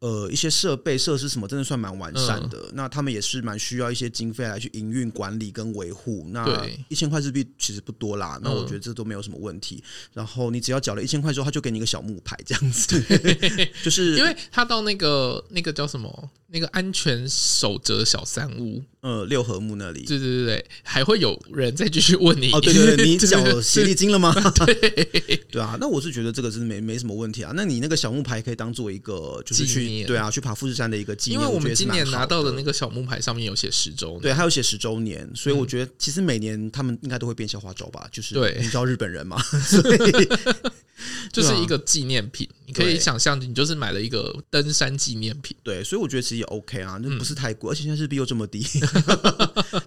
Speaker 2: 呃，一些设备设施什么真的算蛮完善的，
Speaker 1: 嗯
Speaker 2: 那他们也是蛮需要一些经费来去营运管理跟维护。那
Speaker 1: 对嗯
Speaker 2: 一千块日币其实不多啦，那我觉得这都没有什么问题。然后你只要缴了一千块之后，他就给你一个小木牌这样子， 就是
Speaker 1: 因为他到那个那个叫什么那个安全守则小三屋，
Speaker 2: 呃六合木那里。
Speaker 1: 对对对对，还会有人再继续问你。
Speaker 2: 哦，对对对，你缴协
Speaker 1: 是
Speaker 2: 力金了吗？ 对啊，那我是觉得这个真的没没什么问题啊。那你那个小木牌可以当做一个，就是
Speaker 1: 纪
Speaker 2: 去
Speaker 1: 念
Speaker 2: 对啊，去爬富士山的一个纪
Speaker 1: 因
Speaker 2: 念。
Speaker 1: 为我
Speaker 2: 觉得
Speaker 1: 们
Speaker 2: 也是
Speaker 1: 今
Speaker 2: 蛮
Speaker 1: 年
Speaker 2: 好
Speaker 1: 拿到
Speaker 2: 的
Speaker 1: 的那个小木牌上面有写十周年，
Speaker 2: 对，还有写十周年，所以我觉得其实每年他们应该都会变小花招吧，就是
Speaker 1: 嗯对
Speaker 2: 你知道日本 人嘛，所以
Speaker 1: 就是
Speaker 2: 对啊
Speaker 1: 一个纪念品。你可以
Speaker 2: 对
Speaker 1: 想象，你就是买了一个登山纪念品。
Speaker 2: 对，所以我觉得其实也 OK 啊，
Speaker 1: 嗯
Speaker 2: 那不是太贵，而且现在日币又这 么低，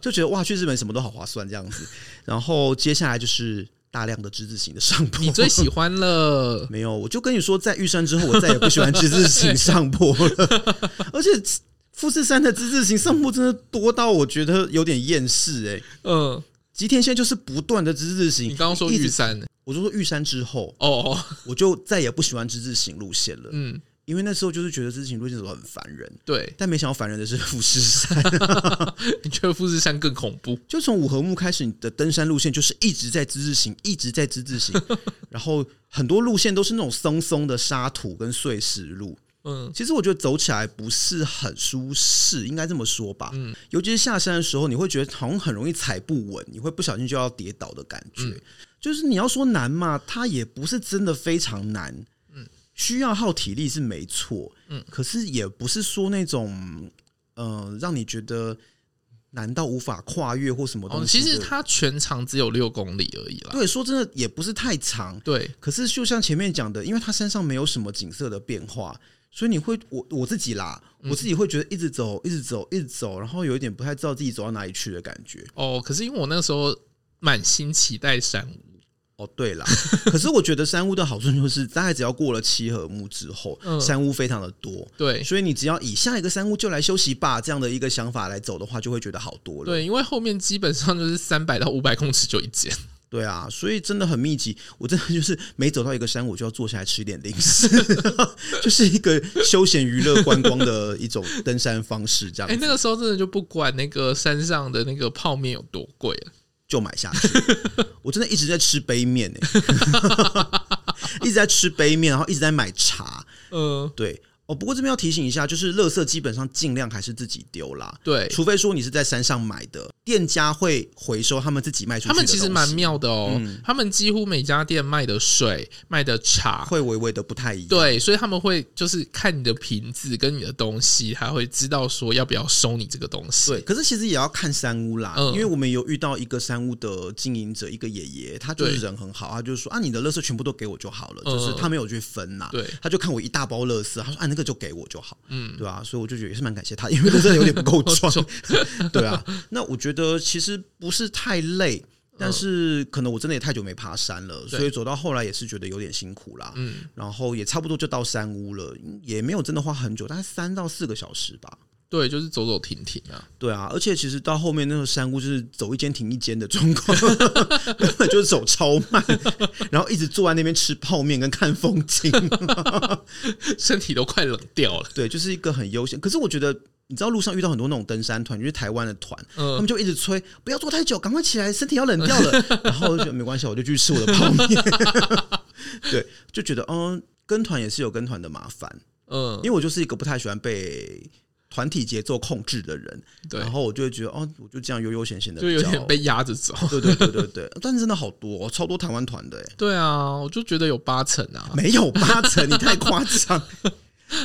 Speaker 2: 就觉得哇，去日本什么都好划算这样子。然后接下来就是大量的之字形的上坡，，
Speaker 1: 你最喜欢了
Speaker 2: 没有，我就跟你说，在玉山之后，我再也不喜欢之字形上坡了。 而且富士山的之字形上坡真的多到我觉得有点厌世哎、
Speaker 1: 嗯，
Speaker 2: 吉田县就是不断的之字
Speaker 1: 你
Speaker 2: 形，
Speaker 1: 刚刚说
Speaker 2: 一直
Speaker 1: 玉山，
Speaker 2: 我就说玉山之后，
Speaker 1: 哦，
Speaker 2: 我就再也不喜欢之字形路线了。
Speaker 1: 嗯，
Speaker 2: 一因为那时候就是觉得自行路线走很烦人，
Speaker 1: 对，
Speaker 2: 但没想到烦人的是富士山。
Speaker 1: 你觉得富士山更恐怖？
Speaker 2: 就从五合目开始，你的登山路线就是一直在之字形，一直在之字 形，然后很多路线都是那种松松的沙土跟碎石路。
Speaker 1: 嗯，
Speaker 2: 其实我觉得走起来不是很舒适，应该这么说吧。
Speaker 1: 嗯
Speaker 2: 尤其是下山的时候，你会觉得好像很容易踩不稳，你会不小心就要跌倒的感觉。
Speaker 1: 嗯
Speaker 2: 就是你要说难嘛，它也不是真的非常难。
Speaker 1: 嗯
Speaker 2: 需要耗体力是没错。可是也不是说那种，呃，让你觉得难到无法跨越或什么
Speaker 1: 哦
Speaker 2: 东，西
Speaker 1: 其
Speaker 2: 的。
Speaker 1: 实它全长只有六公里而已啦。
Speaker 2: 对，说真的，也不是太长。
Speaker 1: 对，
Speaker 2: 可是就像前面讲的，因为它山上没有什么景色的变化，所以你会我我自己啦，
Speaker 1: 嗯
Speaker 2: 我自己会觉得一直走，一直走，一直走，然后有一点不太知道自己走到哪里去的感觉。
Speaker 1: 哦，可是因为我那时候满心期待山屋，
Speaker 2: 哦，对啦，可是我觉得山屋的好处就是，大概只要过了七合目之后，
Speaker 1: 嗯
Speaker 2: 山屋非常的多。
Speaker 1: 对
Speaker 2: 所以你只要以下一个山屋就来休息吧这样的一个想法来走的话，就会觉得好多了。
Speaker 1: 对，因为后面基本上就是三百到五百公尺就一间，
Speaker 2: 对啊，所以真的很密集。我真的 就是每走到一个山，我就要坐下来吃一点零食， 就是一个休闲娱乐观光的一种登山方式，这
Speaker 1: 哎、
Speaker 2: 样
Speaker 1: 那个时候真的就不管那个山上的那个泡面有多贵了，
Speaker 2: 就买下去。我真的一直在吃杯面、欸， 一直在吃杯面，然后一直在买茶。
Speaker 1: 嗯，
Speaker 2: 对哦，不过这边要提醒一下，就是垃圾基本上尽量还是自己丢啦。
Speaker 1: 对，
Speaker 2: 除非说你是在山上买的，店家会回收他们自己卖出去
Speaker 1: 他
Speaker 2: 的
Speaker 1: 们其实
Speaker 2: 东
Speaker 1: 蛮
Speaker 2: 西嗯
Speaker 1: 妙的哦，他们几乎每家店卖的水、卖的茶，
Speaker 2: 会微微的不太一样。
Speaker 1: 对，所以他们会就是看你的瓶子跟你的东西，他会知道说要不要收你这个东西。
Speaker 2: 对，可是其实也要看山屋啦，
Speaker 1: 嗯
Speaker 2: 因为我们有遇到一个山屋的经营者，一个爷爷，他就是人很好，他就是说啊，你的垃圾全部都给我就好了，
Speaker 1: 嗯
Speaker 2: 就是他没有去分呐、
Speaker 1: 对
Speaker 2: 他就看我一大包垃圾，他说啊，那个就给我就好，
Speaker 1: 嗯
Speaker 2: 嗯，对啊，所以我就觉得也是蛮感谢他，因为真的有点不够 装
Speaker 1: 重，
Speaker 2: 对啊，那我觉得其实不是太累。但是可能我真的也太久没爬山了，所以走到后来也是觉得有点辛苦啦。
Speaker 1: 嗯，
Speaker 2: 然后也差不多就到山屋了，也没有真的花很久，大概三到四个小时吧。
Speaker 1: 对，就是走走停停啊。
Speaker 2: 对啊，而且其实到后面那个山谷就是走一间停一间的状况，根本 就是走超慢，然后一直坐在那边吃泡面跟看风 景，
Speaker 1: 身体都快冷掉了。
Speaker 2: 对，就是一个很悠闲。可是我觉得，你知道路上遇到很多那种登山团，就是台湾的团，他
Speaker 1: 嗯，
Speaker 2: 们就一直催不要坐太久，赶快起来，身体要冷掉 了。然后就没关系，我就去吃我的泡面。 对，就觉得嗯，跟团也是有跟团的麻烦，
Speaker 1: 嗯，
Speaker 2: 因为我就是一个不太喜欢被。团体节奏控制的人，
Speaker 1: 对
Speaker 2: 然，后我就会觉得，哦，我就这样悠悠闲闲的，
Speaker 1: 就有点被压着走。
Speaker 2: 对对对对对，但是真的好多、哦，超多台湾团的、欸，
Speaker 1: 对啊，我就觉得有八成啊。
Speaker 2: 没有八成，你太 夸张。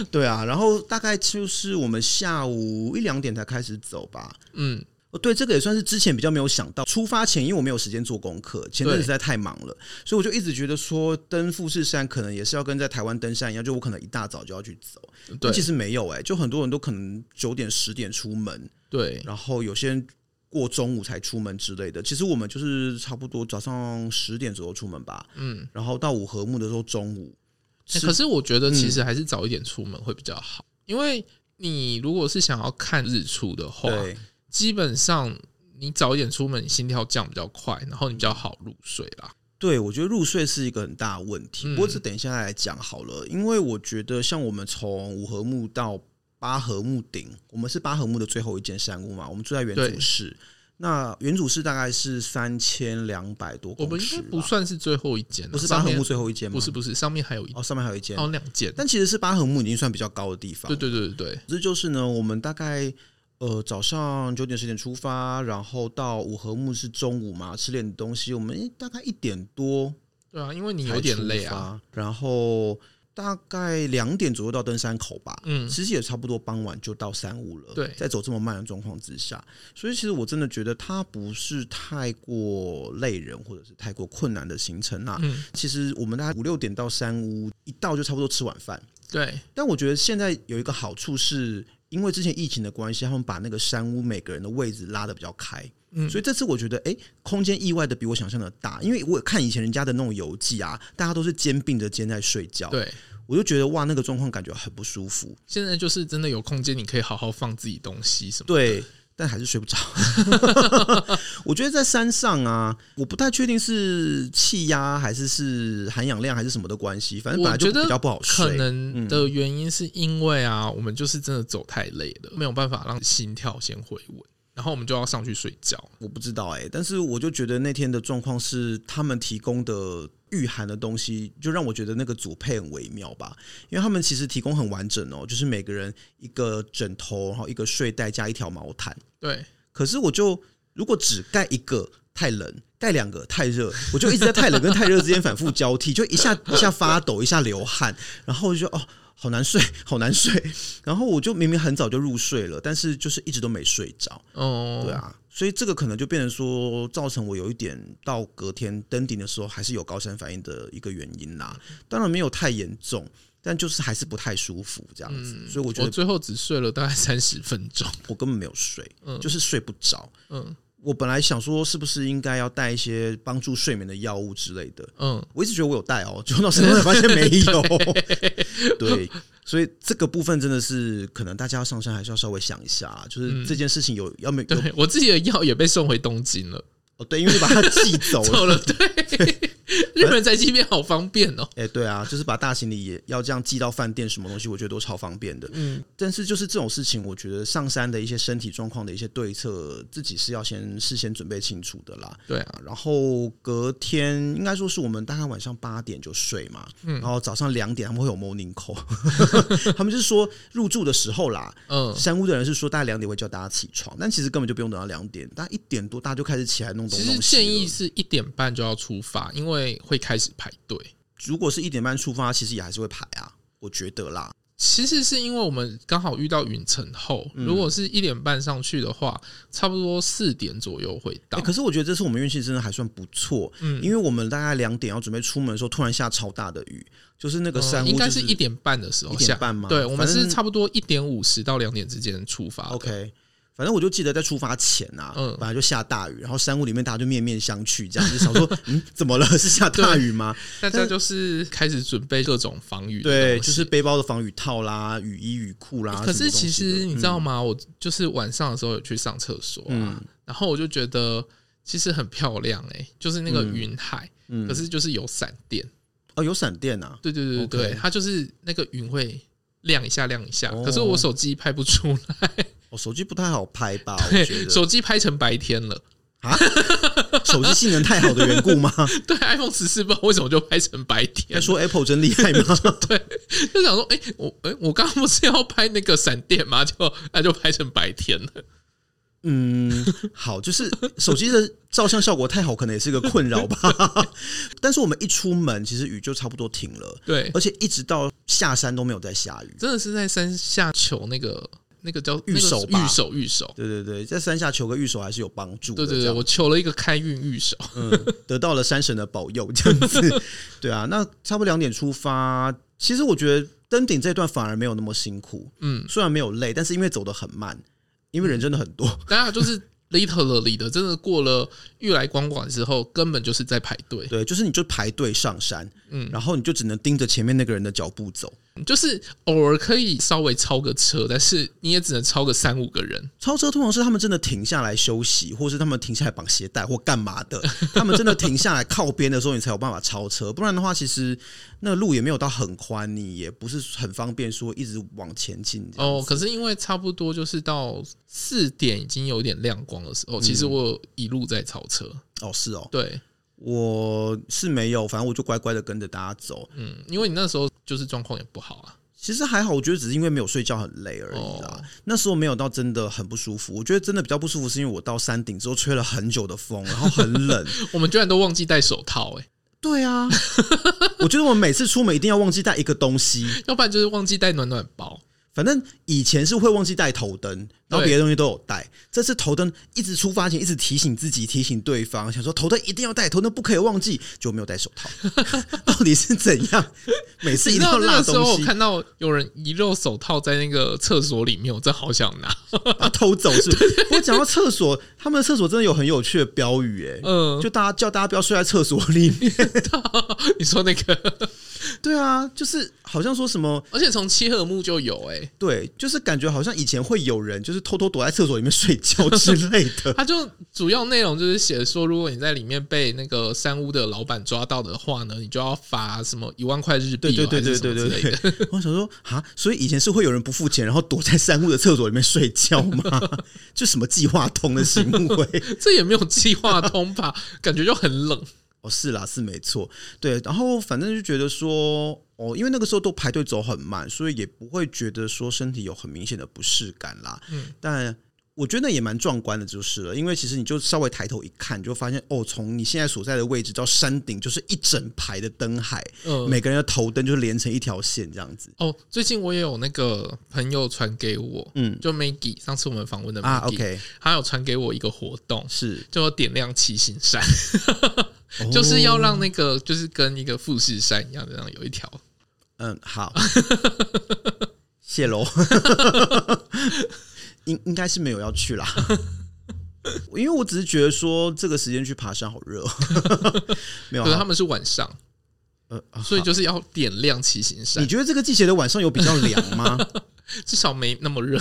Speaker 2: 对啊，然后大概就是我们下午一两点才开始走吧。
Speaker 1: 嗯，
Speaker 2: 哦，对，这个也算是之前比较没有想到。出发前，因为我没有时间做功课，前阵子
Speaker 1: 对
Speaker 2: 实在太忙了，所以我就一直觉得说，登富士山可能也是要跟在台湾登山一样，就我可能一大早就要去走。
Speaker 1: 对
Speaker 2: 但其实没有哎、就很多人都可能九点十点出门，
Speaker 1: 对，
Speaker 2: 然后有些人过中午才出门之类的。其实我们就是差不多早上十点左右出门吧，
Speaker 1: 嗯。
Speaker 2: 然后到五合目的时候中午
Speaker 1: 欸可是我觉得
Speaker 2: 嗯
Speaker 1: 其实还是早一点出门会比较好，因为你如果是想要看日出的话，
Speaker 2: 对
Speaker 1: 基本上你早一点出门，你心跳降比较快，然后你比较好入睡啦。
Speaker 2: 对，我觉得入睡是一个很大的问题。
Speaker 1: 嗯
Speaker 2: 不过这等一下来讲好了，因为我觉得像我们从五合目到八合目顶，我们是八合目的最后一间山屋嘛，我们住在原
Speaker 1: 对
Speaker 2: 主市。那原主市大概是三千两百多
Speaker 1: 我
Speaker 2: 公
Speaker 1: 们应
Speaker 2: 尺
Speaker 1: 该
Speaker 2: 吧，
Speaker 1: 不算是最后一间啊，
Speaker 2: 不是八
Speaker 1: 上
Speaker 2: 合
Speaker 1: 面
Speaker 2: 目最后一间吗？
Speaker 1: 不是不是，上面还有一
Speaker 2: 哦，上面还有一间，
Speaker 1: 还有两间。
Speaker 2: 但其实是八合目已经算比较高的地方
Speaker 1: 对。对对对对，
Speaker 2: 这就是呢，我们大概呃早上九点十点出发，然后到五合目是中午嘛，吃点东西，我们诶大概一点多
Speaker 1: 对啊，因为你
Speaker 2: 才
Speaker 1: 有点累
Speaker 2: 出
Speaker 1: 啊。
Speaker 2: 发，然后大概两点左右到登山口吧。
Speaker 1: 嗯，
Speaker 2: 其实也差不多傍晚就到山屋了。
Speaker 1: 对
Speaker 2: 在走这么慢的状况之下，所以其实我真的觉得它不是太过累人，或者是太过困难的行程啊。
Speaker 1: 嗯
Speaker 2: 其实我们大概五六点到山屋，一到就差不多吃晚饭。
Speaker 1: 对，
Speaker 2: 但我觉得现在有一个好处是，因为之前疫情的关系，他们把那个山屋每个人的位置拉的比较开，
Speaker 1: 嗯
Speaker 2: 所以这次我觉得，哎、空间意外的比我想象的大。因为我看以前人家的那种游记啊，大家都是肩并着肩在睡觉，
Speaker 1: 对，
Speaker 2: 我就觉得哇，那个状况感觉很不舒服。
Speaker 1: 现在就是真的有空间，你可以好好放自己东西什么的。
Speaker 2: 对，但还是睡不着。 我觉得在山上啊，我不太确定是气压还是是含氧量还是什么的关系，反正
Speaker 1: 我
Speaker 2: 本来就
Speaker 1: 觉得
Speaker 2: 比较不好
Speaker 1: 可
Speaker 2: 睡。
Speaker 1: 能
Speaker 2: 嗯
Speaker 1: 的原因是因为啊，我们就是真的走太累了，没有办法让心跳先回稳，然后我们就要上去睡觉。
Speaker 2: 我不知道哎、但是我就觉得那天的状况是他们提供的御寒的东西，就让我觉得那个组配很微妙吧，因为他们其实提供很完整哦，就是每个人一个枕头，然后一个睡袋加一条毛毯。
Speaker 1: 对，
Speaker 2: 可是我就如果只盖一个太冷，盖两个太热，我就一直在太冷跟太热之间反复交替，就一下一下发抖，一下流汗，然后我就觉得哦。好难睡，好难睡。然后我就明明很早就入睡了，但是就是一直都没睡着。
Speaker 1: 哦、
Speaker 2: 对啊，所以这个可能就变成说，造成我有一点到隔天登顶的时候还是有高山反应的一个原因啦。当然没有太严重，但就是还是不太舒服这样子。所以我觉
Speaker 1: 我
Speaker 2: 得
Speaker 1: 最后只睡了大概三十分钟。
Speaker 2: 嗯我根本没有睡，
Speaker 1: 嗯
Speaker 2: 就是睡不着。
Speaker 1: 嗯
Speaker 2: 我本来想说，是不是应该要带一些帮助睡眠的药物之类的？
Speaker 1: 嗯，
Speaker 2: 我一直觉得我有带哦，结果到现在发现没有。 对，所以这个部分真的是可能大家要上山还是要稍微想一下，啊就是这件事情有要没有
Speaker 1: 对我自己的药也被送回东京了，
Speaker 2: 哦对，因为你把它寄 走了。
Speaker 1: 走了。对， 日本宅急便好方便哦。
Speaker 2: 哎、对啊，就是把大行李也要这样寄到饭店，什么东西我觉得都超方便的。
Speaker 1: 嗯，
Speaker 2: 但是就是这种事情，我觉得上山的一些身体状况的一些对策，自己是要先事先准备清楚的啦。
Speaker 1: 对啊，
Speaker 2: 然后隔天应该说是我们大概晚上八点就睡嘛，
Speaker 1: 嗯
Speaker 2: 然后早上两点他们会有 morning call，他们就是说入住的时候啦，
Speaker 1: 嗯，
Speaker 2: 山屋的人是说大概两点会叫大家起床，但其实根本就不用等到两点，大家一点多大家就开始起来弄东
Speaker 1: 其
Speaker 2: 弄西
Speaker 1: 实
Speaker 2: 了。
Speaker 1: 建议是一点半就要出发，因为会开始排队。
Speaker 2: 如果是一点半出发，其实也还是会排啊，我觉得啦。
Speaker 1: 其实是因为我们刚好遇到云层后，
Speaker 2: 嗯
Speaker 1: 如果是一点半上去的话，差不多四点左右会到
Speaker 2: 欸。可是我觉得这次我们运气真的还算不错，
Speaker 1: 嗯
Speaker 2: 因为我们大概两点要准备出门的时候，突然下超大的雨，就是那个
Speaker 1: 嗯
Speaker 2: 山屋、
Speaker 1: 应该
Speaker 2: 是
Speaker 1: 是一点半的时候
Speaker 2: 一
Speaker 1: 下
Speaker 2: 点，半嘛，
Speaker 1: 对，我们
Speaker 2: 反
Speaker 1: 是
Speaker 2: 正
Speaker 1: 差不多一点五十到两点之间出发的。
Speaker 2: OK。反正我就记得在出发前啊，
Speaker 1: 嗯
Speaker 2: 本来就下大雨，然后山屋里面大家就面面相觑，这样就想说， 嗯，怎么了？是下大雨吗？
Speaker 1: 大家就是开始准备各种防雨的
Speaker 2: 对，
Speaker 1: 东西欸
Speaker 2: 就是背包的防雨套啦、雨衣、雨裤啦。
Speaker 1: 可是
Speaker 2: 什么东西
Speaker 1: 其
Speaker 2: 的嗯
Speaker 1: 实你知道吗？我就是晚上的时候有去上厕所啊，然后我就觉得其实很漂亮哎、就是那个
Speaker 2: 嗯
Speaker 1: 云海，可是就是有闪电，
Speaker 2: 哦，有闪电啊，
Speaker 1: 对对对对
Speaker 2: OK
Speaker 1: 它就是那个云会亮一下亮一下，
Speaker 2: 哦
Speaker 1: 可是我手机拍不出来，
Speaker 2: 我、哦手机不太好拍吧？我觉
Speaker 1: 对，
Speaker 2: 得
Speaker 1: 手机拍成白天了，
Speaker 2: 手机性能太好的缘故吗？
Speaker 1: 对，iPhone 十四不知道为什么就拍成白天
Speaker 2: 该， 说 Apple 真厉害吗？
Speaker 1: 就想说，哎、我哎、我刚刚不是要拍那个闪电吗？就 那就拍成白天了，
Speaker 2: 嗯，好，就是 手机的照相效果太好，可能也是个困扰吧。 但是我们一出门，其实雨就差不多停了，
Speaker 1: 对，
Speaker 2: 而且一直到下山都没有在下雨。
Speaker 1: 真的是在山下求那个那个叫
Speaker 2: 御守吧
Speaker 1: 御手御手。
Speaker 2: 对对对，在山下求个御守还是有帮助的。
Speaker 1: 对对
Speaker 2: 这
Speaker 1: 对，
Speaker 2: 样
Speaker 1: 我求了一个开运御 手，
Speaker 2: 嗯，得到了山神的保佑，这样 子。对啊，那差不多两点出发，其实我觉得登顶这段反而没有那么辛苦，
Speaker 1: 嗯，
Speaker 2: 虽然没有累，但是因为走得很慢，因为人真的很多。
Speaker 1: 大家就是 literally 的，真的过了玉来光馆之后，根本就是在排队，
Speaker 2: 对，就是你就排队上山，
Speaker 1: 嗯
Speaker 2: 嗯，然后你就只能盯着前面那个人的脚步走。
Speaker 1: 就是偶尔可以稍微超个车，但是你也只能超个三五个人，
Speaker 2: 超车通常是他们真的停下来休息，或是他们停下来绑鞋带或干嘛的。 他们真的停下来靠边的时候，你才有办法超车。不然的话，其实那个路也没有到很宽，你也不是很方便说一直往前进这样。
Speaker 1: 哦，可是因为差不多就是到四点已经有点亮光的时候，其实我有一路在超车，
Speaker 2: 哦，是哦，
Speaker 1: 对，
Speaker 2: 我是没有，反正我就乖乖的跟着大家走。
Speaker 1: 嗯，因为你那时候就是状况也不好啊，
Speaker 2: 其实还好，我觉得只是因为没有睡觉很累而已啦。
Speaker 1: 哦
Speaker 2: 那时候没有到真的很不舒服，我觉得真的比较不舒服是因为我到山顶之后吹了很久的风，然后很 冷。
Speaker 1: 我们居然都忘记戴手套、欸，
Speaker 2: 对啊，我觉得我每次出门一定要忘记带一个东西。
Speaker 1: 要不然就是忘记带暖暖包，
Speaker 2: 反正以前是会忘记带头灯，然后别的东西都有带。这次头灯一直出发前一直提醒自己、提醒对方，想说头灯一定要带，头灯不可以忘记，就没有戴 手套。到底是怎样？每次一
Speaker 1: 你
Speaker 2: 定
Speaker 1: 知
Speaker 2: 要
Speaker 1: 道那
Speaker 2: 拉
Speaker 1: 个时候
Speaker 2: 东
Speaker 1: 我
Speaker 2: 西，
Speaker 1: 看到有人遗漏手套在那个厕所里面，我真好想拿。
Speaker 2: 把它偷走是不是？ 我讲到厕所，他们的厕所真的有很有趣的标语、欸，哎、
Speaker 1: 嗯，
Speaker 2: 就大家叫大家不要睡在厕所里面。
Speaker 1: 你说那个
Speaker 2: 对啊，就是好像说什么，
Speaker 1: 而且从七合目就有哎、
Speaker 2: 对，就是感觉好像以前会有人就是偷偷躲在厕所里面睡觉之类的。
Speaker 1: 它就主要内容就是写说，如果你在里面被那个山屋的老板抓到的话呢，你就要罚什么一万块日币
Speaker 2: 对
Speaker 1: 哦，
Speaker 2: 对对
Speaker 1: 还
Speaker 2: 对
Speaker 1: 是什
Speaker 2: 对
Speaker 1: 么之类
Speaker 2: 对
Speaker 1: 的
Speaker 2: 对，我想说啊，所以以前是会有人不付钱，然后躲在山屋的厕所里面睡觉吗？ 就什么计划通的行为？
Speaker 1: 这也没有计划通吧？感觉就很冷。
Speaker 2: 哦，是啦，是没错，对。然后反正就觉得说，哦，因为那个时候都排队走很慢，所以也不会觉得说身体有很明显的不适感啦。
Speaker 1: 嗯，
Speaker 2: 但我觉得那也蛮壮观的，就是了。因为其实你就稍微抬头一看，你就发现哦，从你现在所在的位置到山顶，就是一整排的灯海，
Speaker 1: 嗯，
Speaker 2: 每个人的头灯就是连成一条线这样子。
Speaker 1: 哦，最近我也有那个朋友传给我，
Speaker 2: 嗯
Speaker 1: 就 Maggie，上次我们访问的 Maggie，、
Speaker 2: 啊，OK，
Speaker 1: 他有传给我一个活动，
Speaker 2: 是，
Speaker 1: 叫做点亮七星山，
Speaker 2: 哦
Speaker 1: 就是要让那个就是跟一个富士山一样的，这样有一条。
Speaker 2: 嗯 好，谢喽。 应应该是没有要 去啦，因为我只是觉得说这个时间去爬山好 热，没有
Speaker 1: 可是
Speaker 2: 啊
Speaker 1: 他，们是晚上，
Speaker 2: 呃，啊
Speaker 1: 所以就是要点亮七星
Speaker 2: 你
Speaker 1: 山，
Speaker 2: 觉得这个季节的晚上有比较凉吗？
Speaker 1: 至少没那么热。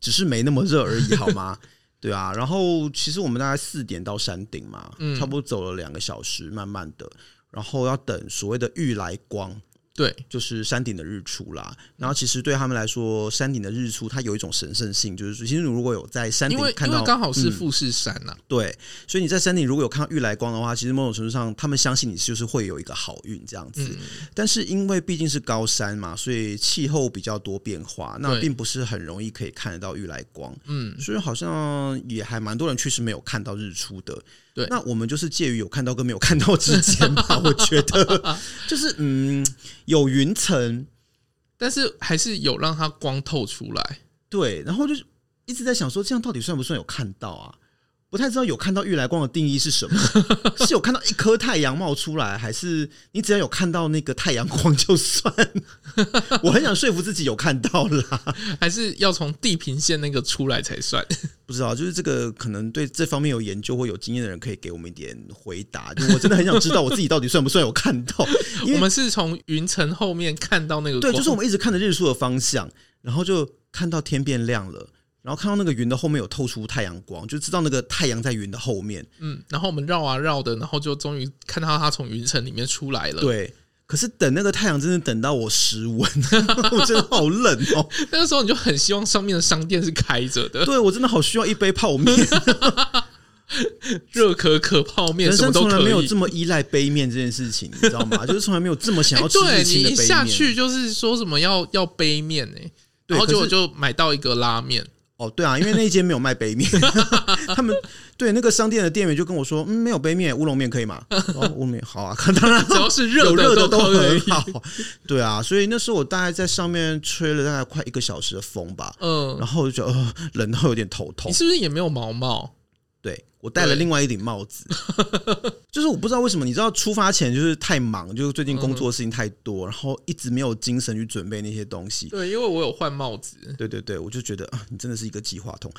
Speaker 2: 只是没那么热而已，好 吗？对啊，然后其实我们大概四点到山顶嘛，
Speaker 1: 嗯
Speaker 2: 差不多走了两个小时，慢慢的，然后要等所谓的玉来光，
Speaker 1: 对，
Speaker 2: 就是山顶的日出啦。然后其实对他们来说，山顶的日出它有一种神圣性，就是说其实如果有在山
Speaker 1: 因
Speaker 2: 顶
Speaker 1: 为
Speaker 2: 看
Speaker 1: 因为
Speaker 2: 到，
Speaker 1: 刚好是
Speaker 2: 嗯
Speaker 1: 富士山啊呐、
Speaker 2: 对，所以你在山顶如果有看到玉来光的话，其实某种程度上，他们相信你就是会有一个好运这样子。
Speaker 1: 嗯
Speaker 2: 但是因为毕竟是高山嘛，所以气候比较多变化，那
Speaker 1: 对
Speaker 2: 并不是很容易可以看得到玉来光。
Speaker 1: 嗯，
Speaker 2: 所以好像也还蛮多人去是没有看到日出的。
Speaker 1: 对
Speaker 2: 那我们就是介于有看到跟没有看到之间吧，我觉得就是嗯，有云层，
Speaker 1: 但是还是有让它光透出来。
Speaker 2: 对，然后就是一直在想说，这样到底算不算有看到啊？不太知道有看到玉来光的定义是什么， 是有看到一颗太阳冒出来，还是你只要有看到那个太阳光就算？ 我很想说服自己有看到啦，
Speaker 1: 还是要从地平线那个出来才算。
Speaker 2: 不知道，就是这个可能对这方面有研究或有经验的人可以给我们一点回答。就我真的很想知道我自己到底算不算有看到，因为
Speaker 1: 我们是从云层后面看到那个
Speaker 2: 对，
Speaker 1: 光，
Speaker 2: 就是我们一直看着日出的方向，然后就看到天变亮了，然后看到那个云的后面有透出太阳光，就知道那个太阳在云的后面。
Speaker 1: 嗯，然后我们绕啊绕的，然后就终于看到它从云层里面出来了。，
Speaker 2: 对，可是等那个太阳真的等到我失温， 我真的好冷 哦。
Speaker 1: 那个时候你就很希望上面的商店是开着的，
Speaker 2: 对我真的好需要一杯泡面，
Speaker 1: 热可可、泡面
Speaker 2: 人
Speaker 1: 什么
Speaker 2: 生
Speaker 1: 都
Speaker 2: 从来
Speaker 1: 可
Speaker 2: 没有
Speaker 1: 以
Speaker 2: 这。么依赖杯面这件事情，你知道吗？就是从来没有这么想要
Speaker 1: 哎
Speaker 2: 吃
Speaker 1: 对
Speaker 2: 日
Speaker 1: 你
Speaker 2: 清的
Speaker 1: 一
Speaker 2: 杯
Speaker 1: 下
Speaker 2: 面。
Speaker 1: 去就是说什么要要杯面哎、
Speaker 2: 对
Speaker 1: 然后结
Speaker 2: 可
Speaker 1: 果
Speaker 2: 是
Speaker 1: 就买到一个拉 面，
Speaker 2: 哦，对啊，因为那一间没有卖 杯面， 他们对那个商店的店员就跟我说，嗯，没有杯面，乌龙面可以吗？ 哦，乌龙面好啊，当然
Speaker 1: 只要是
Speaker 2: 有
Speaker 1: 热
Speaker 2: 热
Speaker 1: 的
Speaker 2: 的都
Speaker 1: 可
Speaker 2: 很
Speaker 1: 以。
Speaker 2: 好，对啊，所以那时候我大概在上面吹了大概快一个小时的风吧，
Speaker 1: 嗯
Speaker 2: 然，后我就觉得、呃、冷到有点头痛
Speaker 1: 你。是不是也没有毛毛？
Speaker 2: 对我戴了
Speaker 1: 对
Speaker 2: 另外一顶 帽子，就是我不知道为什么，你知道出发前就是太忙，就是最近
Speaker 1: 嗯
Speaker 2: 工作的事情太多，然后一直没有精神去准备那些东西。
Speaker 1: 对，因为我有换帽子。
Speaker 2: 对对对，我就觉得啊，你真的是一个计划筒。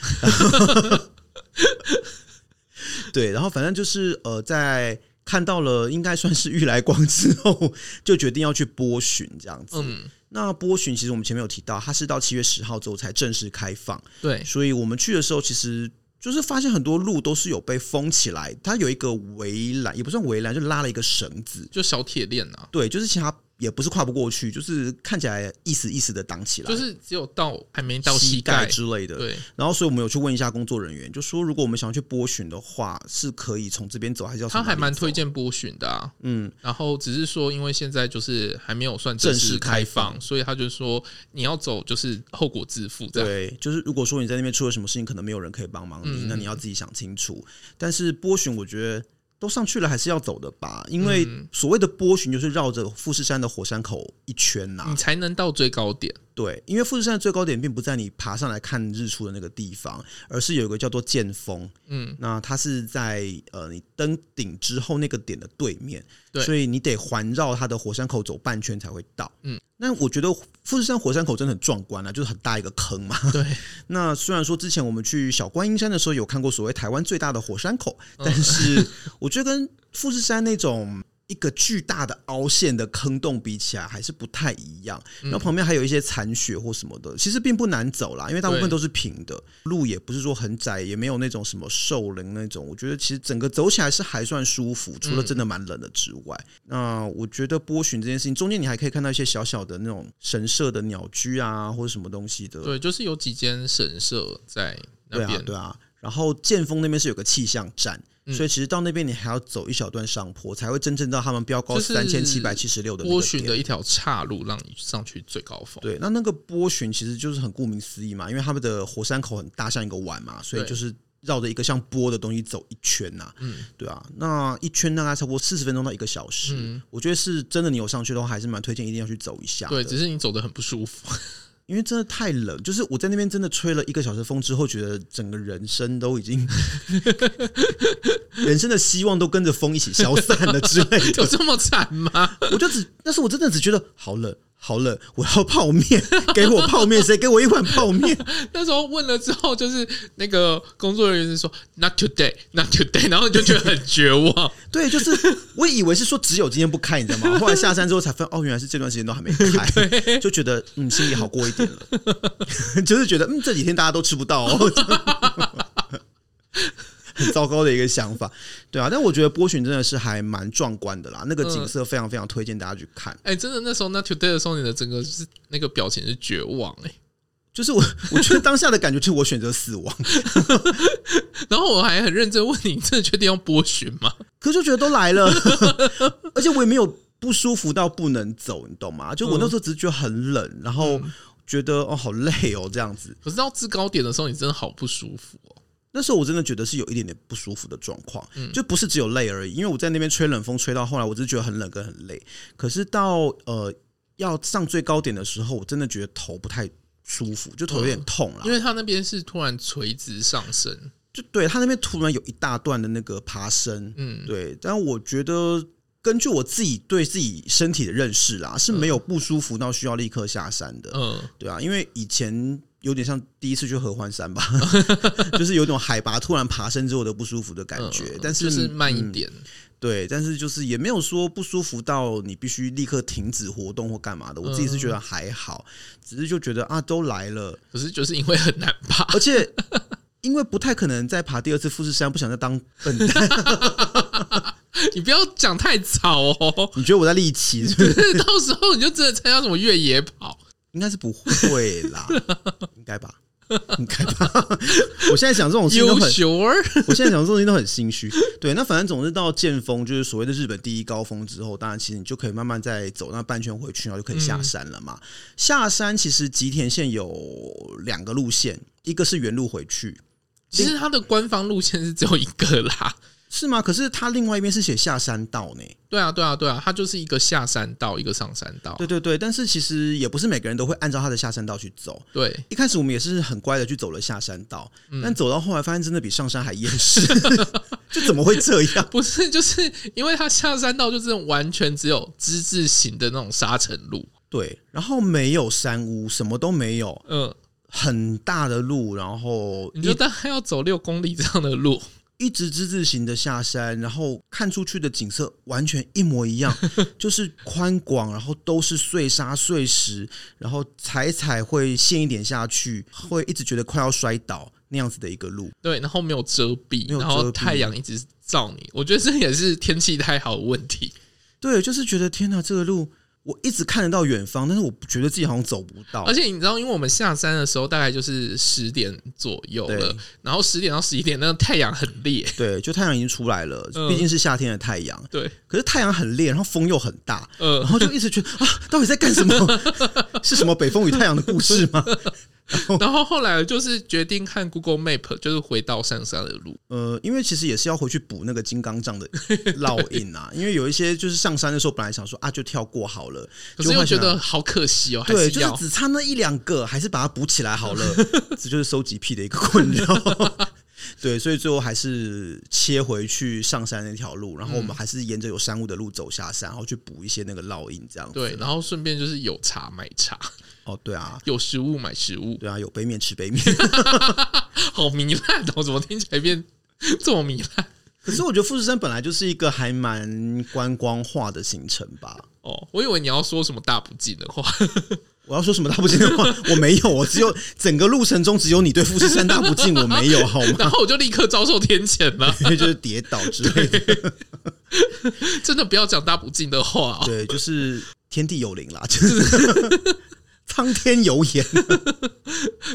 Speaker 2: 对，然后反正就是呃，在看到了应该算是玉来光之后，就决定要去波旬这样子。
Speaker 1: 嗯，
Speaker 2: 那波旬其实我们前面有提到，它是到七月十号之后才正式开放，
Speaker 1: 对，
Speaker 2: 所以我们去的时候其实。就是发现很多路都是有被封起来，它有一个围栏，也不算围栏，就拉了一个绳子。
Speaker 1: 就小铁链啊，
Speaker 2: 对，就是其他也不是跨不过去，就是看起来意思意思的挡起来，
Speaker 1: 就是只有到还没到
Speaker 2: 膝
Speaker 1: 盖。
Speaker 2: 之类的。
Speaker 1: 对，
Speaker 2: 然后，所以我们有去问一下工作人员，就说如果我们想要去波旬的话，是可以从这边走，还是要从
Speaker 1: 他还
Speaker 2: 哪里
Speaker 1: 蛮
Speaker 2: 走
Speaker 1: 推，荐波旬的啊。
Speaker 2: 嗯，
Speaker 1: 然后只是说，因为现在就是还没有算
Speaker 2: 正式
Speaker 1: 式
Speaker 2: 开
Speaker 1: 开
Speaker 2: 放
Speaker 1: 所以他就说你要走就是后果自负这样。
Speaker 2: 对，就是如果说你在那边出了什么事情，可能没有人可以帮忙你，
Speaker 1: 嗯
Speaker 2: 那你要自己想清楚。但是波旬，我觉得都上去了，还是要走的吧，因为
Speaker 1: 嗯
Speaker 2: 所谓的波旬就是绕着富士山的火山口一圈呐、
Speaker 1: 你才能到最高点，
Speaker 2: 对，因为富士山的最高点并不在你爬上来看日出的那个地方，而是有一个叫做剑峰。
Speaker 1: 嗯，
Speaker 2: 那它是在呃你登顶之后那个点的对面，
Speaker 1: 对
Speaker 2: 所以你得环绕它的火山口走半圈才会到。
Speaker 1: 嗯，
Speaker 2: 那我觉得富士山火山口真的很壮观啊，就是很大一个坑嘛。
Speaker 1: 对，
Speaker 2: 那虽然说之前我们去小观音山的时候
Speaker 1: 嗯
Speaker 2: 有看过所谓台湾最大的火山口，但是我觉得跟富士山那种一个巨大的凹陷的坑洞比起来还是不太一样，
Speaker 1: 嗯
Speaker 2: 然后旁边还有一些残雪或什么的，其实并不难走啦，因为大部分
Speaker 1: 对
Speaker 2: 都是平的，路也不是说很窄，也没有那种什么兽人那种，我觉得其实整个走起来是还算舒服，除
Speaker 1: 嗯
Speaker 2: 了真的蛮冷的之外，那我觉得波旬这件事情中间你还可以看到一些小小的那种神社的鸟居啊，或者什么东西的，
Speaker 1: 对，就是有几间神社在
Speaker 2: 对
Speaker 1: 那
Speaker 2: 啊
Speaker 1: 边，，
Speaker 2: 对啊。然后剑峰那边是有个气象站，
Speaker 1: 嗯
Speaker 2: 所以其实到那边你还要走一小段上坡，才会真正到他们标高
Speaker 1: 就是
Speaker 2: 三千七百七十六的那
Speaker 1: 波
Speaker 2: 个
Speaker 1: 旬
Speaker 2: 点。
Speaker 1: 的一条岔路让你上去最高峰。
Speaker 2: 对，那那个波旬其实就是很顾名思义嘛，因为他们的火山口很大，像一个碗嘛，所以
Speaker 1: 对
Speaker 2: 就是绕着一个像波的东西走一圈呐、
Speaker 1: 嗯，
Speaker 2: 对啊，那一圈大概差不多四十分钟到一个小时。
Speaker 1: 嗯
Speaker 2: 我觉得是真的，你有上去的话，还是蛮推荐一定要去走一下的。
Speaker 1: 对，只是你走的很不舒 服。
Speaker 2: 因为真的太冷，就是我在那边真的吹了一个小时风之后，觉得整个人生都已 经，人生的希望都跟着风一起消散了之类
Speaker 1: 有
Speaker 2: 的。
Speaker 1: 这么惨吗？
Speaker 2: 我就只，但是我真的只觉得好冷，好冷，我要泡面，给我泡面，谁给我一碗泡面？
Speaker 1: 那时候问了之后，就是那个工作人员是说 “not today, not today”，然后你就觉得很绝望。
Speaker 2: 对，就是我以为是说只有今天不开，你知道吗？后来下山之后才发现，哦，原来是这段时间都还没开，就觉得嗯，心里好过一点了， 就是觉得嗯，这几天大家都吃不到哦。 很糟糕的一个想法，对啊，但我觉得波旬真的是还蛮壮观的啦，那个景色非常非常推荐大家去看。
Speaker 1: 哎、真的，那时候 “not today” 的时候，你的整个就是那个表情是绝望哎、
Speaker 2: 就是我，我觉得当下的感觉就是我选择死亡，
Speaker 1: 然后我还很认真问你，你真的确定要波旬吗？
Speaker 2: 可是就觉得都来了， 而且我也没有不舒服到不能走，你懂吗？就我那时候只是觉得很冷，然后觉得哦好累哦这样子，
Speaker 1: 可是到制高点的时候，你真的好不舒服哦。
Speaker 2: 那时候我真的觉得是有一点点不舒服的状况，就不是只有累而已。因为我在那边吹冷风，吹到后来，我只是觉得很冷跟很累。可是到呃要上最高点的时候，我真的觉得头不太舒服，就头有点痛啦。
Speaker 1: 因为他那边是突然垂直上升，
Speaker 2: 就对他那边突然有一大段的那个爬升，
Speaker 1: 嗯，
Speaker 2: 对，但我觉得。根据我自己对自己身体的认识啦，是没有不舒服到需要立刻下山的。
Speaker 1: 嗯，
Speaker 2: 对啊，因为以前有点像第一次去合欢 山吧，就是有一种海拔突然爬升之后的不舒服的感觉，
Speaker 1: 嗯
Speaker 2: 但是、
Speaker 1: 就是慢一
Speaker 2: 嗯
Speaker 1: 点，
Speaker 2: 对，但是就是也没有说不舒服到你必须立刻停止活动或干嘛的，我自己是
Speaker 1: 嗯
Speaker 2: 觉得还好，只是就觉得啊都来了，
Speaker 1: 可是就是因为很难爬，
Speaker 2: 而且因为不太可能再爬第二次富士山，不想再当笨蛋。
Speaker 1: 你不要讲太早哦，
Speaker 2: 你觉得我在立奇是不是？
Speaker 1: 到时候你就真的参加什么越野跑，
Speaker 2: 应该是不会啦，应该吧。应该吧，我现在想这种事情都
Speaker 1: 优
Speaker 2: 很，
Speaker 1: 秀儿，
Speaker 2: 我现在想这种事情都很心虚。对，那反正总之到剑峰，就是所谓的日本第一高峰之后，当然其实你就可以慢慢再走那半圈回去，然后就可以
Speaker 1: 嗯
Speaker 2: 下山了嘛。下山其实吉田县有两个路线，一个是原路回去，
Speaker 1: 其实它的官方路线是只有一个啦。
Speaker 2: 是吗？可是它另外一边是写下山道呢。
Speaker 1: 对啊，对啊，对啊，它就是一个下山道，一个上山道。
Speaker 2: 对对对，但是其实也不是每个人都会按照他的下山道去走。
Speaker 1: 对，
Speaker 2: 一开始我们也是很乖的去走了下山道，
Speaker 1: 嗯
Speaker 2: 但走到后来发现真的比上山还厌 世，就怎么会这样？
Speaker 1: 不是，就是因为它下山道就是完全只有之字形的那种沙尘路，
Speaker 2: 对，然后没有山屋，什么都没有，
Speaker 1: 嗯，
Speaker 2: 很大的路，然后
Speaker 1: 你就大概要走六公里这样的路，
Speaker 2: 一直之字形的下山，然后看出去的景色完全一模一 样，就是宽广，然后都是碎沙碎石，然后踩踩会陷一点下去，会一直觉得快要摔倒那样子的一个路。
Speaker 1: 对，然后没有遮
Speaker 2: 没
Speaker 1: 蔽，
Speaker 2: 有遮蔽
Speaker 1: 然后太阳一直照你，我觉得这也是天气太好的问题。
Speaker 2: 对，就是觉得天哪，这个路我一直看得到远方，但是我觉得自己好像走不到
Speaker 1: 而。且你知道，因为我们下山的时候大概就是十点左右了
Speaker 2: 对，
Speaker 1: 然后十点到十一点，那个太阳很烈，
Speaker 2: 对，就太阳已经出来了，
Speaker 1: 嗯
Speaker 2: 毕竟是夏天的太阳。
Speaker 1: 对，
Speaker 2: 可是太阳很烈，然后风又很大，
Speaker 1: 呃
Speaker 2: 然，后就一直觉得啊，到底在干什 么？是什么北风与太阳的故事吗？
Speaker 1: 然后后来就是决定看 Google Map，就是回到上山的路。
Speaker 2: 呃，因为其实也是要回去补那个金刚杖的烙印啊，因为有一些就是上山的时候本来想说啊就跳过好了，
Speaker 1: 可是
Speaker 2: 就
Speaker 1: 又
Speaker 2: 会
Speaker 1: 觉
Speaker 2: 想
Speaker 1: 得好可惜哦，还
Speaker 2: 对，
Speaker 1: 是
Speaker 2: 就是
Speaker 1: 要
Speaker 2: 只差那一两个，还是把它补起来好 了，这就是收集癖的一个困扰。 对，所以最后还是切回去上山那条路，然后我们还是沿着有山雾的路走下山，然后去补一些那个烙印，这样子。
Speaker 1: 对，然后顺便就是有茶买茶，
Speaker 2: 哦，对啊，
Speaker 1: 有食物买食物，
Speaker 2: 对啊，有 杯面吃杯面。
Speaker 1: 好糜烂哦！怎么听起来变这么糜烂？
Speaker 2: 可是我觉得富士山本来就是一个还蛮观光化的行程吧。
Speaker 1: 哦，我以为你要说什么大不敬的话，
Speaker 2: 我要说什么大不敬的话，我没有，我只有整个路程中只有你对富士山大不敬，我没有，好 吗？
Speaker 1: 然后我就立刻遭受天谴 了。
Speaker 2: 因为就是跌倒之类的，
Speaker 1: 真的不要讲大不敬的话、哦。
Speaker 2: 对，就是天地有灵啦，就是 苍天有眼。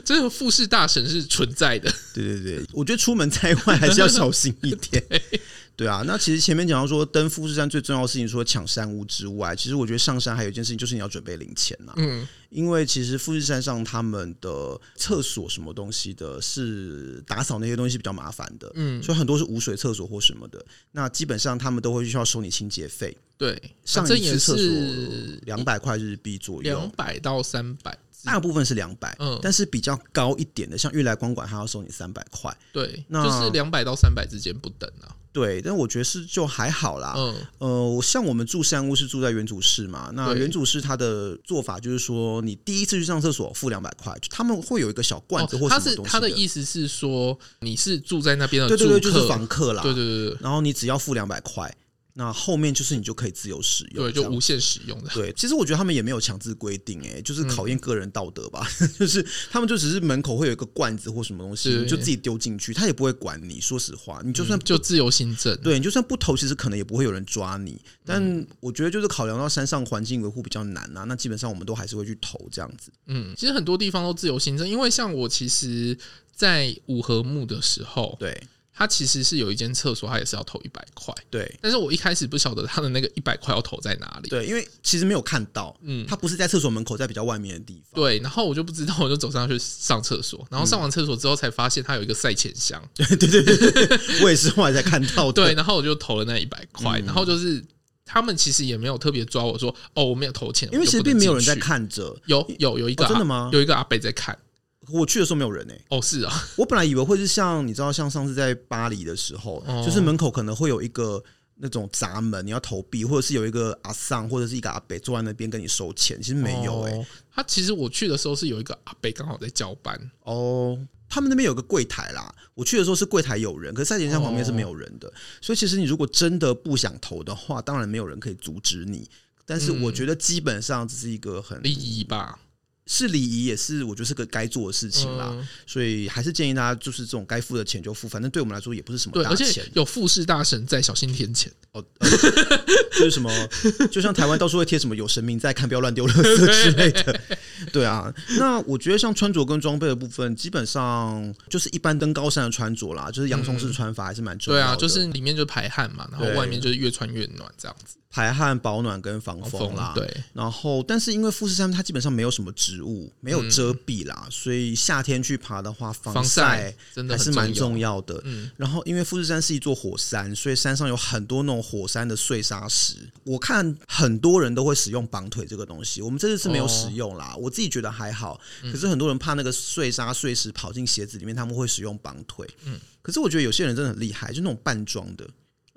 Speaker 1: 这个富士大神是存在的，
Speaker 2: 对对对，我觉得出门在外还是要小心一点。 对啊，那其实前面讲到说登富士山最重要的事情，除了抢山屋之外，其实我觉得上山还有一件事情就是你要准备零钱呐、
Speaker 1: 嗯，
Speaker 2: 因为其实富士山上他们的厕所什么东西的，是打扫那些东西是比较麻烦的，
Speaker 1: 嗯
Speaker 2: 所以很多是无水厕所或什么的。那基本上他们都会需要收你清洁费，
Speaker 1: 对，
Speaker 2: 上
Speaker 1: 反
Speaker 2: 一
Speaker 1: 正
Speaker 2: 次
Speaker 1: 啊也
Speaker 2: 厕所
Speaker 1: 是
Speaker 2: 两百块日币左
Speaker 1: 两
Speaker 2: 右，
Speaker 1: 百到三百，
Speaker 2: 大部分是两百、
Speaker 1: 嗯
Speaker 2: 但是比较高一点的，像悦来光管，它要收你三百块。
Speaker 1: 对，
Speaker 2: 那
Speaker 1: 就是两百到三百之间不等啊。
Speaker 2: 对，但我觉得是就还好啦。
Speaker 1: 嗯
Speaker 2: 呃，我像我们住山屋是住在原主市嘛，那
Speaker 1: 对
Speaker 2: 原主市它的做法就是说，你第一次去上厕所付两百块，就他们会有一个小罐子
Speaker 1: 哦
Speaker 2: 或什
Speaker 1: 他
Speaker 2: 么东
Speaker 1: 是
Speaker 2: 西的。
Speaker 1: 他的意思是说你是住在那边的
Speaker 2: 对对
Speaker 1: 住客，
Speaker 2: 对，就是房客啦。
Speaker 1: 对对对对
Speaker 2: 然后你只要付两百块，那后面就是你就可以自由使用。
Speaker 1: 对，
Speaker 2: 这
Speaker 1: 就
Speaker 2: 样
Speaker 1: 无限使用的。
Speaker 2: 对，其实我觉得他们也没有强制规 定、欸，哎，就是考验个人道德吧。 就是他们就只是门口会有一个罐子或什么东
Speaker 1: 嗯
Speaker 2: 西，
Speaker 1: 对
Speaker 2: 你就自己丢进去，他也不会管你。说实话，你就算
Speaker 1: 嗯就自由行政，
Speaker 2: 对你就算不投，其实可能也不会有人抓你。
Speaker 1: 嗯
Speaker 2: 但我觉得就是考量到山上环境维护比较难啊，那基本上我们都还是会去投这样子。
Speaker 1: 嗯，其实很多地方都自由行政，因为像我其实，在五合目的时候，
Speaker 2: 对
Speaker 1: 它其实是有一间厕所，它也是要投一百块，
Speaker 2: 对
Speaker 1: 但是我一开始不晓得它的那个一百块要投在哪里，
Speaker 2: 对，因为其实没有看到，
Speaker 1: 嗯
Speaker 2: 他不是在厕所门口，在比较外面的地方。
Speaker 1: 对，然后我就不知道，我就走上去上厕所，然后上完厕所之后才发现它有一个赛前箱，
Speaker 2: 我也是后来才看到 的。
Speaker 1: 对，然后我就投了那一百块，
Speaker 2: 嗯
Speaker 1: 然后就是他们其实也没有特别抓我说，哦，我没有投钱，
Speaker 2: 因为
Speaker 1: 我就
Speaker 2: 其实
Speaker 1: 不能
Speaker 2: 并没有人
Speaker 1: 进
Speaker 2: 在
Speaker 1: 去，
Speaker 2: 看着，
Speaker 1: 有有有一个、
Speaker 2: 哦真的吗
Speaker 1: 有一个阿伯在看，
Speaker 2: 我去的时候没有人哎、
Speaker 1: 哦，是啊，
Speaker 2: 我本来以为会是像你知道，像上次在巴黎的时候，
Speaker 1: 哦
Speaker 2: 就是门口可能会有一个那种闸门，你要投币，或者是有一个阿桑或者是一个阿北坐在那边跟你收钱，其实没有哎、
Speaker 1: 哦他其实我去的时候是有一个阿伯刚好在交班，
Speaker 2: 哦。他们那边有个柜台啦，我去的时候是柜台有人，可是赛前山旁边是没有
Speaker 1: 哦
Speaker 2: 人的，所以其实你如果真的不想投的话，当然没有人可以阻止你。但是我觉得基本上这是一个很
Speaker 1: 嗯礼仪吧，
Speaker 2: 是礼仪，也是我觉得是个该做的事情嗯啦。
Speaker 1: 嗯
Speaker 2: 所以还是建议大家就是这种该付的钱就付，反正对我们来说也不是什么
Speaker 1: 对，
Speaker 2: 大
Speaker 1: 而
Speaker 2: 钱
Speaker 1: 且。有富士大神在，小心天谴。
Speaker 2: 哦，呃就是什么，就像台湾到处会贴什么“有神明在看，不要乱丢垃圾”之类的，对啊。那我觉得像穿着跟装备的部分，基本上就是一般登高山的穿着啦，就是洋葱式穿法还是蛮
Speaker 1: 嗯
Speaker 2: 重
Speaker 1: 对
Speaker 2: 要的。
Speaker 1: 啊，就是里面就排汗嘛，然后
Speaker 2: 对
Speaker 1: 外面就是越穿越暖这样子。
Speaker 2: 排汗、保暖跟防风
Speaker 1: 风
Speaker 2: 啦。
Speaker 1: 对，
Speaker 2: 然后，但是因为富士山它基本上没有什么植物，没有遮蔽啦，所以夏天去爬的话，
Speaker 1: 嗯
Speaker 2: 防
Speaker 1: 防
Speaker 2: 晒
Speaker 1: 晒真的
Speaker 2: 还
Speaker 1: 很
Speaker 2: 是蛮重
Speaker 1: 要。
Speaker 2: 要的。
Speaker 1: 嗯
Speaker 2: 然后，因为富士山是一座火山，所以山上有很多那种火山的碎沙石。我看很多人都会使用绑腿这个东西，我们这次是没有使用
Speaker 1: 哦
Speaker 2: 啦。我自己觉得还好，
Speaker 1: 嗯
Speaker 2: 可是很多人怕那个碎沙碎石跑进鞋子里面，他们会使用绑腿。嗯，可是我觉得有些人真的很厉害，就那种扮装的。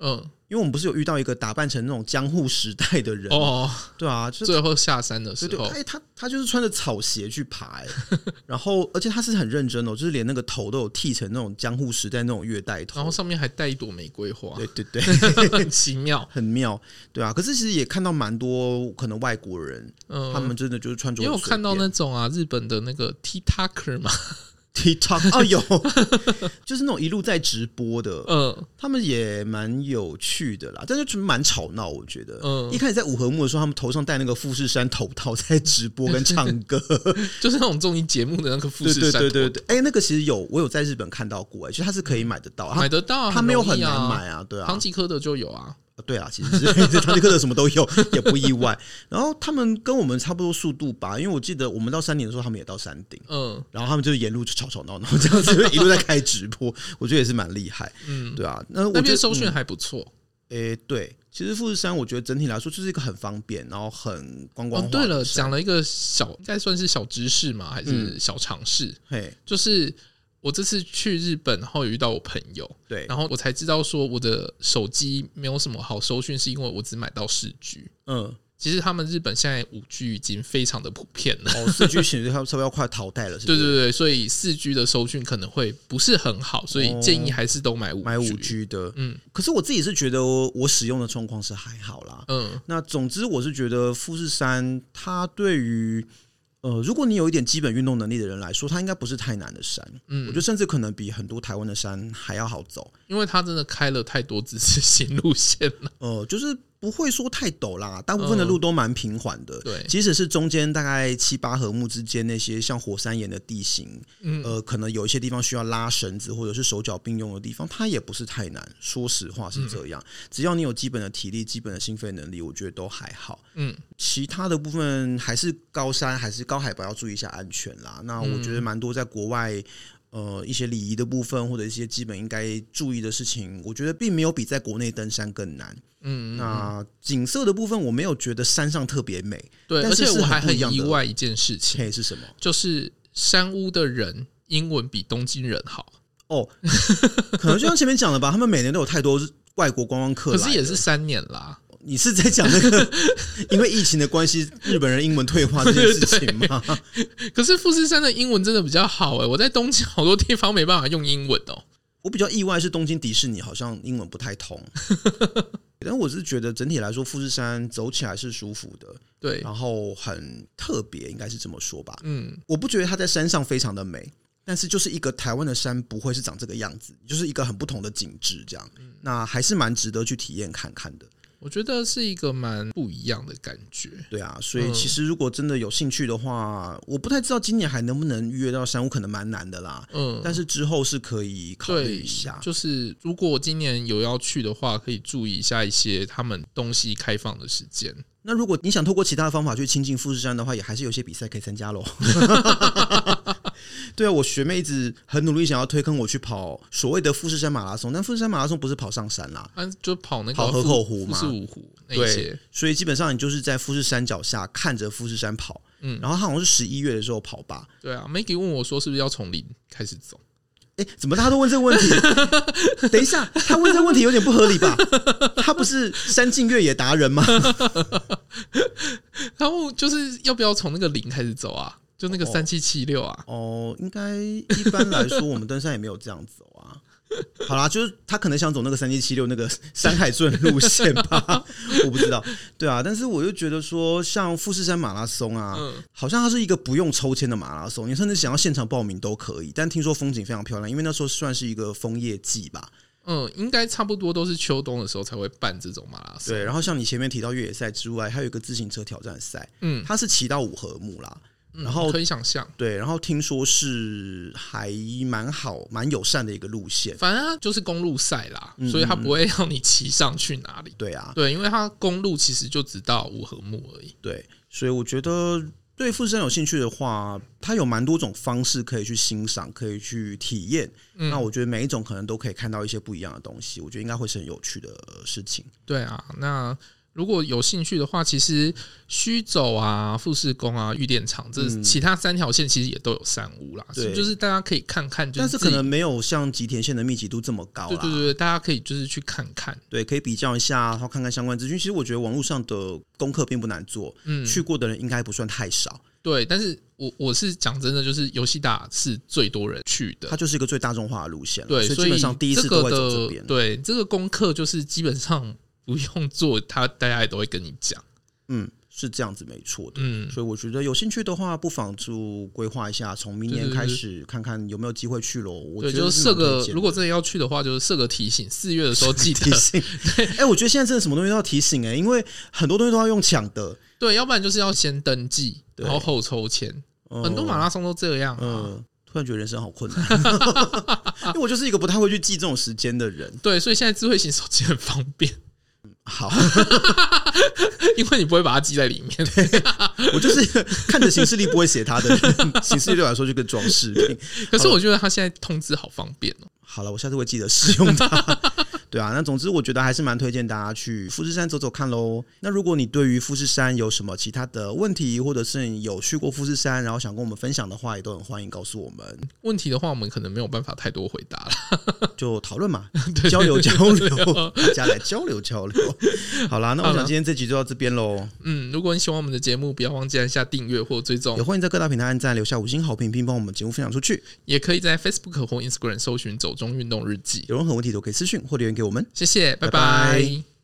Speaker 1: 嗯，
Speaker 2: 因为我们不是有遇到一个打扮成那种江户时代的人，
Speaker 1: 哦，
Speaker 2: 对啊，就是
Speaker 1: 最后下山的时
Speaker 2: 对对，
Speaker 1: 候
Speaker 2: 哎、，他他就是穿着草鞋去爬、欸， 然后而且他是很认真哦，就是连那个头都有剃成那种江户时代那种月带
Speaker 1: 然
Speaker 2: 头
Speaker 1: 后，上面还带一朵玫瑰花
Speaker 2: 对，对对，
Speaker 1: 很奇妙。
Speaker 2: 很妙，对啊。可是其实也看到蛮多可能外国人，
Speaker 1: 嗯，
Speaker 2: 他们真的就是穿着
Speaker 1: 也
Speaker 2: 很
Speaker 1: 有
Speaker 2: 随
Speaker 1: 看到
Speaker 2: 便
Speaker 1: 那种啊，日本的那个 TikToker 嘛，
Speaker 2: TikTok 哦有， 就是那种一路在直播的，
Speaker 1: 嗯
Speaker 2: 他们也蛮有趣的啦，但是就蛮吵闹，我觉得。
Speaker 1: 嗯
Speaker 2: 一，开始在五合目的时候，他们头上戴那个富士山头套在直播跟唱歌，
Speaker 1: 就是那种综艺节目的那个富
Speaker 2: 对
Speaker 1: 士
Speaker 2: 对
Speaker 1: 山，
Speaker 2: 对对对，哎、那个其实有，我有在日本看到过、哎，其实它是可以买得到，它
Speaker 1: 买得到啊，
Speaker 2: 它没有
Speaker 1: 容
Speaker 2: 很
Speaker 1: 易
Speaker 2: 难
Speaker 1: 啊。
Speaker 2: 买啊，对啊
Speaker 1: 唐，吉诃德就有啊，
Speaker 2: 对啊，其实是 唐吉诃德什么都有，也不意外。然后他们跟我们差不多速度吧，因为我记得我们到山顶的时候，他们也到山顶，
Speaker 1: 嗯
Speaker 2: 然后他们就沿路就吵吵闹闹这样子， 就一路在开直播，我觉得也是蛮厉害，
Speaker 1: 嗯，
Speaker 2: 对啊。那我
Speaker 1: 那
Speaker 2: 觉
Speaker 1: 边
Speaker 2: 得
Speaker 1: 搜
Speaker 2: 嗯
Speaker 1: 寻还不错。哦
Speaker 2: 诶、对，其实富士山我觉得整体来说就是一个很方便，然后很观光
Speaker 1: 哦
Speaker 2: 化、，
Speaker 1: 对了，讲了一个小，应该算是小知识嘛，还
Speaker 2: 嗯
Speaker 1: 是小尝试？
Speaker 2: 嘿，
Speaker 1: 就是我这次去日本，然后有遇到我朋友，
Speaker 2: 对，
Speaker 1: 然后我才知道说我的手机没有什么好搜讯，是因为我只买到市局。
Speaker 2: 嗯，
Speaker 1: 其实他们日本现在五 G 已经非常的普遍了。
Speaker 2: 哦，四 G 显示它差不多要快淘汰了，是不
Speaker 1: 对
Speaker 2: 是？
Speaker 1: 对对，所以四 G 的收讯可能会不是很好，所以建议还是都买五
Speaker 2: 哦买五 G 的，
Speaker 1: 嗯
Speaker 2: 可是我自己是觉得我我使用的状况是还好啦。
Speaker 1: 嗯
Speaker 2: 那总之，我是觉得富士山它对于呃，如果你有一点基本运动能力的人来说，它应该不是太难的山。我觉
Speaker 1: 嗯，
Speaker 2: 得甚至可能比很多台湾的山还要好走。
Speaker 1: 因为它真的开了太多自治行路线 了。
Speaker 2: 呃，就是不会说太陡啦，大部分的路都蛮平缓的。
Speaker 1: 嗯对
Speaker 2: 即使是中间大概七八合目之间那些像火山岩的地形，
Speaker 1: 嗯
Speaker 2: 呃，可能有一些地方需要拉绳子或者是手脚并用的地方，它也不是太难。说实话
Speaker 1: 嗯
Speaker 2: 是这样，只要你有基本的体力、基本的心肺能力，我觉得都还好。
Speaker 1: 嗯，
Speaker 2: 其他的部分还是高山，还是高海拔要注意一下安全啦。那我
Speaker 1: 嗯
Speaker 2: 觉得蛮多在国外。呃，一些礼仪的部分或者一些基本应该注意的事情，我觉得并没有比在国内登山更难。
Speaker 1: 嗯，
Speaker 2: 那景色的部分，我没有觉得山上特别美，
Speaker 1: 对，
Speaker 2: 但
Speaker 1: 而
Speaker 2: 是
Speaker 1: 且
Speaker 2: 是
Speaker 1: 我还
Speaker 2: 很不
Speaker 1: 很
Speaker 2: 一样
Speaker 1: 意
Speaker 2: 的
Speaker 1: 外一件事情，
Speaker 2: 嘿，是什么？
Speaker 1: 就是山屋的人英文比东京人好，
Speaker 2: 哦，可能就像前面讲的吧，他们每年都有太多外国观光客
Speaker 1: 可
Speaker 2: 来。
Speaker 1: 是也是三年啦。
Speaker 2: 你是在讲 那个因为疫情的关系，日本人英文退化这件事情吗？
Speaker 1: 可是富士山的英文真的比较好欸诶、我在东京好多地方没办法用英文哦。
Speaker 2: 我比较意外是东京迪士尼好像英文不太 通，但我是觉得整体来说，富士山走起来是舒服的，
Speaker 1: 对，
Speaker 2: 然后很特别，应该是这么说吧。
Speaker 1: 嗯，
Speaker 2: 我不觉得它在山上非常的美，但是就是一个台湾的山不会是长这个样子，就是一个很不同的景致这样。
Speaker 1: 嗯
Speaker 2: 那还是蛮值得去体验看看的，
Speaker 1: 我觉得是一个蛮不一样的感觉。
Speaker 2: 对啊。所
Speaker 1: 嗯
Speaker 2: 以其实如果真的有兴趣的话，我不太知道今年还能不能预约到山屋，可能蛮难的啦。
Speaker 1: 嗯，
Speaker 2: 但是之后是可以考虑
Speaker 1: 对
Speaker 2: 一下，。
Speaker 1: 就是如果我今年有要去的话，可以注意一下一些他们东西开放的时间。
Speaker 2: 那如果你想透过其他的方法去亲近富士山的话，也还是有些比赛可以参加喽。 对啊，我学妹一直很努力想要推坑我去跑所谓的富士山马拉松，但富士山马拉松不是跑上山啦，
Speaker 1: 啊，就跑那个
Speaker 2: 跑河口湖
Speaker 1: 富
Speaker 2: 嘛
Speaker 1: 士五湖那一
Speaker 2: 对
Speaker 1: 些。，
Speaker 2: 所以基本上你就是在富士山脚下看着富士山跑，
Speaker 1: 嗯
Speaker 2: 然后他好像是十一月的时候跑吧。
Speaker 1: 对啊，Maggie 问我说是不是要从零开始走？
Speaker 2: 哎，怎么大家都问这个问题？等一下，他问这个问题有点不合理吧？他不是山径越野达人吗？
Speaker 1: 然后就是要不要从那个零开始走啊？就那个
Speaker 2: 哦
Speaker 1: 三七七六啊？
Speaker 2: 哦，应该一般来说，我们登山也没有这样走啊。好啦，就是他可能想走那个三七七六那个 山海圳路线吧，我不知道。对啊，但是我就觉得说，像富士山马拉松啊，
Speaker 1: 嗯
Speaker 2: 好像它是一个不用抽签的马拉松，你甚至想要现场报名都可以。但听说风景非常漂亮，因为那时候算是一个枫叶季吧。
Speaker 1: 嗯，应该差不多都是秋冬的时候才会办这种马拉松。
Speaker 2: 对，然后像你前面提到越野赛之外，还有一个自行车挑战赛，
Speaker 1: 嗯，
Speaker 2: 它是骑到五合目啦。
Speaker 1: 嗯
Speaker 2: 然后
Speaker 1: 可以想象，
Speaker 2: 对，然后听说是还蛮好、蛮友善的一个路线。
Speaker 1: 反正它啊就是公路赛啦，
Speaker 2: 嗯
Speaker 1: 所以它不会让你骑上去哪里。
Speaker 2: 对啊，
Speaker 1: 对，因为它公路其实就只到五合目而已。
Speaker 2: 对，所以我觉得对富士山有兴趣的话，它有蛮多种方式可以去欣赏，可以去体验。
Speaker 1: 嗯
Speaker 2: 那我觉得每一种可能都可以看到一些不一样的东西，我觉得应该会是很有趣的事情。
Speaker 1: 对啊，那如果有兴趣的话，其实须走啊、富士宫啊、玉电厂这
Speaker 2: 嗯
Speaker 1: 其他三条线其实也都有山屋啦，
Speaker 2: 对
Speaker 1: 所以就是大家可以看看，就
Speaker 2: 但
Speaker 1: 是
Speaker 2: 是
Speaker 1: 自己
Speaker 2: 可能没有像吉田县的密集度这么高啦。
Speaker 1: 对对对，对大家可以就是去看看，
Speaker 2: 对可以比较一下，然后看看相关资讯。其实我觉得网络上的功课并不难做，
Speaker 1: 嗯，
Speaker 2: 去过的人应该不算太少，
Speaker 1: 对。但是我我是讲真的，就是游戏打是最多人去的
Speaker 2: 它，就是一个最大众化的路线了。
Speaker 1: 对，
Speaker 2: 所
Speaker 1: 所以
Speaker 2: 基本上第一次
Speaker 1: 这
Speaker 2: 都
Speaker 1: 个
Speaker 2: 会走
Speaker 1: 的
Speaker 2: 这边。
Speaker 1: 对这个功课就是基本上不用做，他 大家也都会跟你讲，
Speaker 2: 嗯，是这样子，没错的。
Speaker 1: 嗯，
Speaker 2: 所以我觉得有兴趣的话，不妨就规划一下，从明年
Speaker 1: 对对对
Speaker 2: 开始看看有没有机会去喽。我
Speaker 1: 对，
Speaker 2: 觉
Speaker 1: 就
Speaker 2: 得
Speaker 1: 是
Speaker 2: 是
Speaker 1: 设
Speaker 2: 蛮推
Speaker 1: 个，
Speaker 2: 荐
Speaker 1: 如果真的要去的话，就是设个提醒，四月的时候记
Speaker 2: 提
Speaker 1: 得，
Speaker 2: 醒，哎、我觉得现在真的什么东西都要提醒哎、因为很多东西都要用抢的，
Speaker 1: 对，要不然就是要先登记，
Speaker 2: 对
Speaker 1: 然后后抽签，
Speaker 2: 嗯
Speaker 1: 很多马拉松都这样
Speaker 2: 嗯、
Speaker 1: 啊。
Speaker 2: 突然觉得人生好困难，因为我就是一个不太会去记这种时间的人。
Speaker 1: 对，所以现在智慧型手机很方便，
Speaker 2: 好，
Speaker 1: 因为你不会把它记在里面。
Speaker 2: 我就是一 个看着行事历不会写它的人， 行事历对我来说就跟装饰品。
Speaker 1: 可是我觉得它现在通知好方便哦。
Speaker 2: 好了，我下次会记得使用它。 对啊，那总之我觉得还是蛮推荐大家去富士山走走看喽。那如果你对于富士山有什么其他的问题，或者是你有去过富士山，然后想跟我们分享的话，也都很欢迎告诉我们，
Speaker 1: 问题的话，我们可能没有办法太多回答了。
Speaker 2: 就讨论嘛，交流交
Speaker 1: 哦
Speaker 2: 流，大家来交流交流。好啦，那我想今天这集就到这边喽。
Speaker 1: 嗯，如果你喜欢我们的节目，不要忘记按下订阅或追踪
Speaker 2: 也，欢迎在各大平台按赞，留下五星好评，并帮我们节目分享出去。
Speaker 1: 也可以在 Facebook 或 Instagram 搜寻“走中运动日记
Speaker 2: 有任何问题都可以私讯或留言给我们。”。
Speaker 1: 谢谢，
Speaker 2: 拜
Speaker 1: 拜
Speaker 2: 拜
Speaker 1: 拜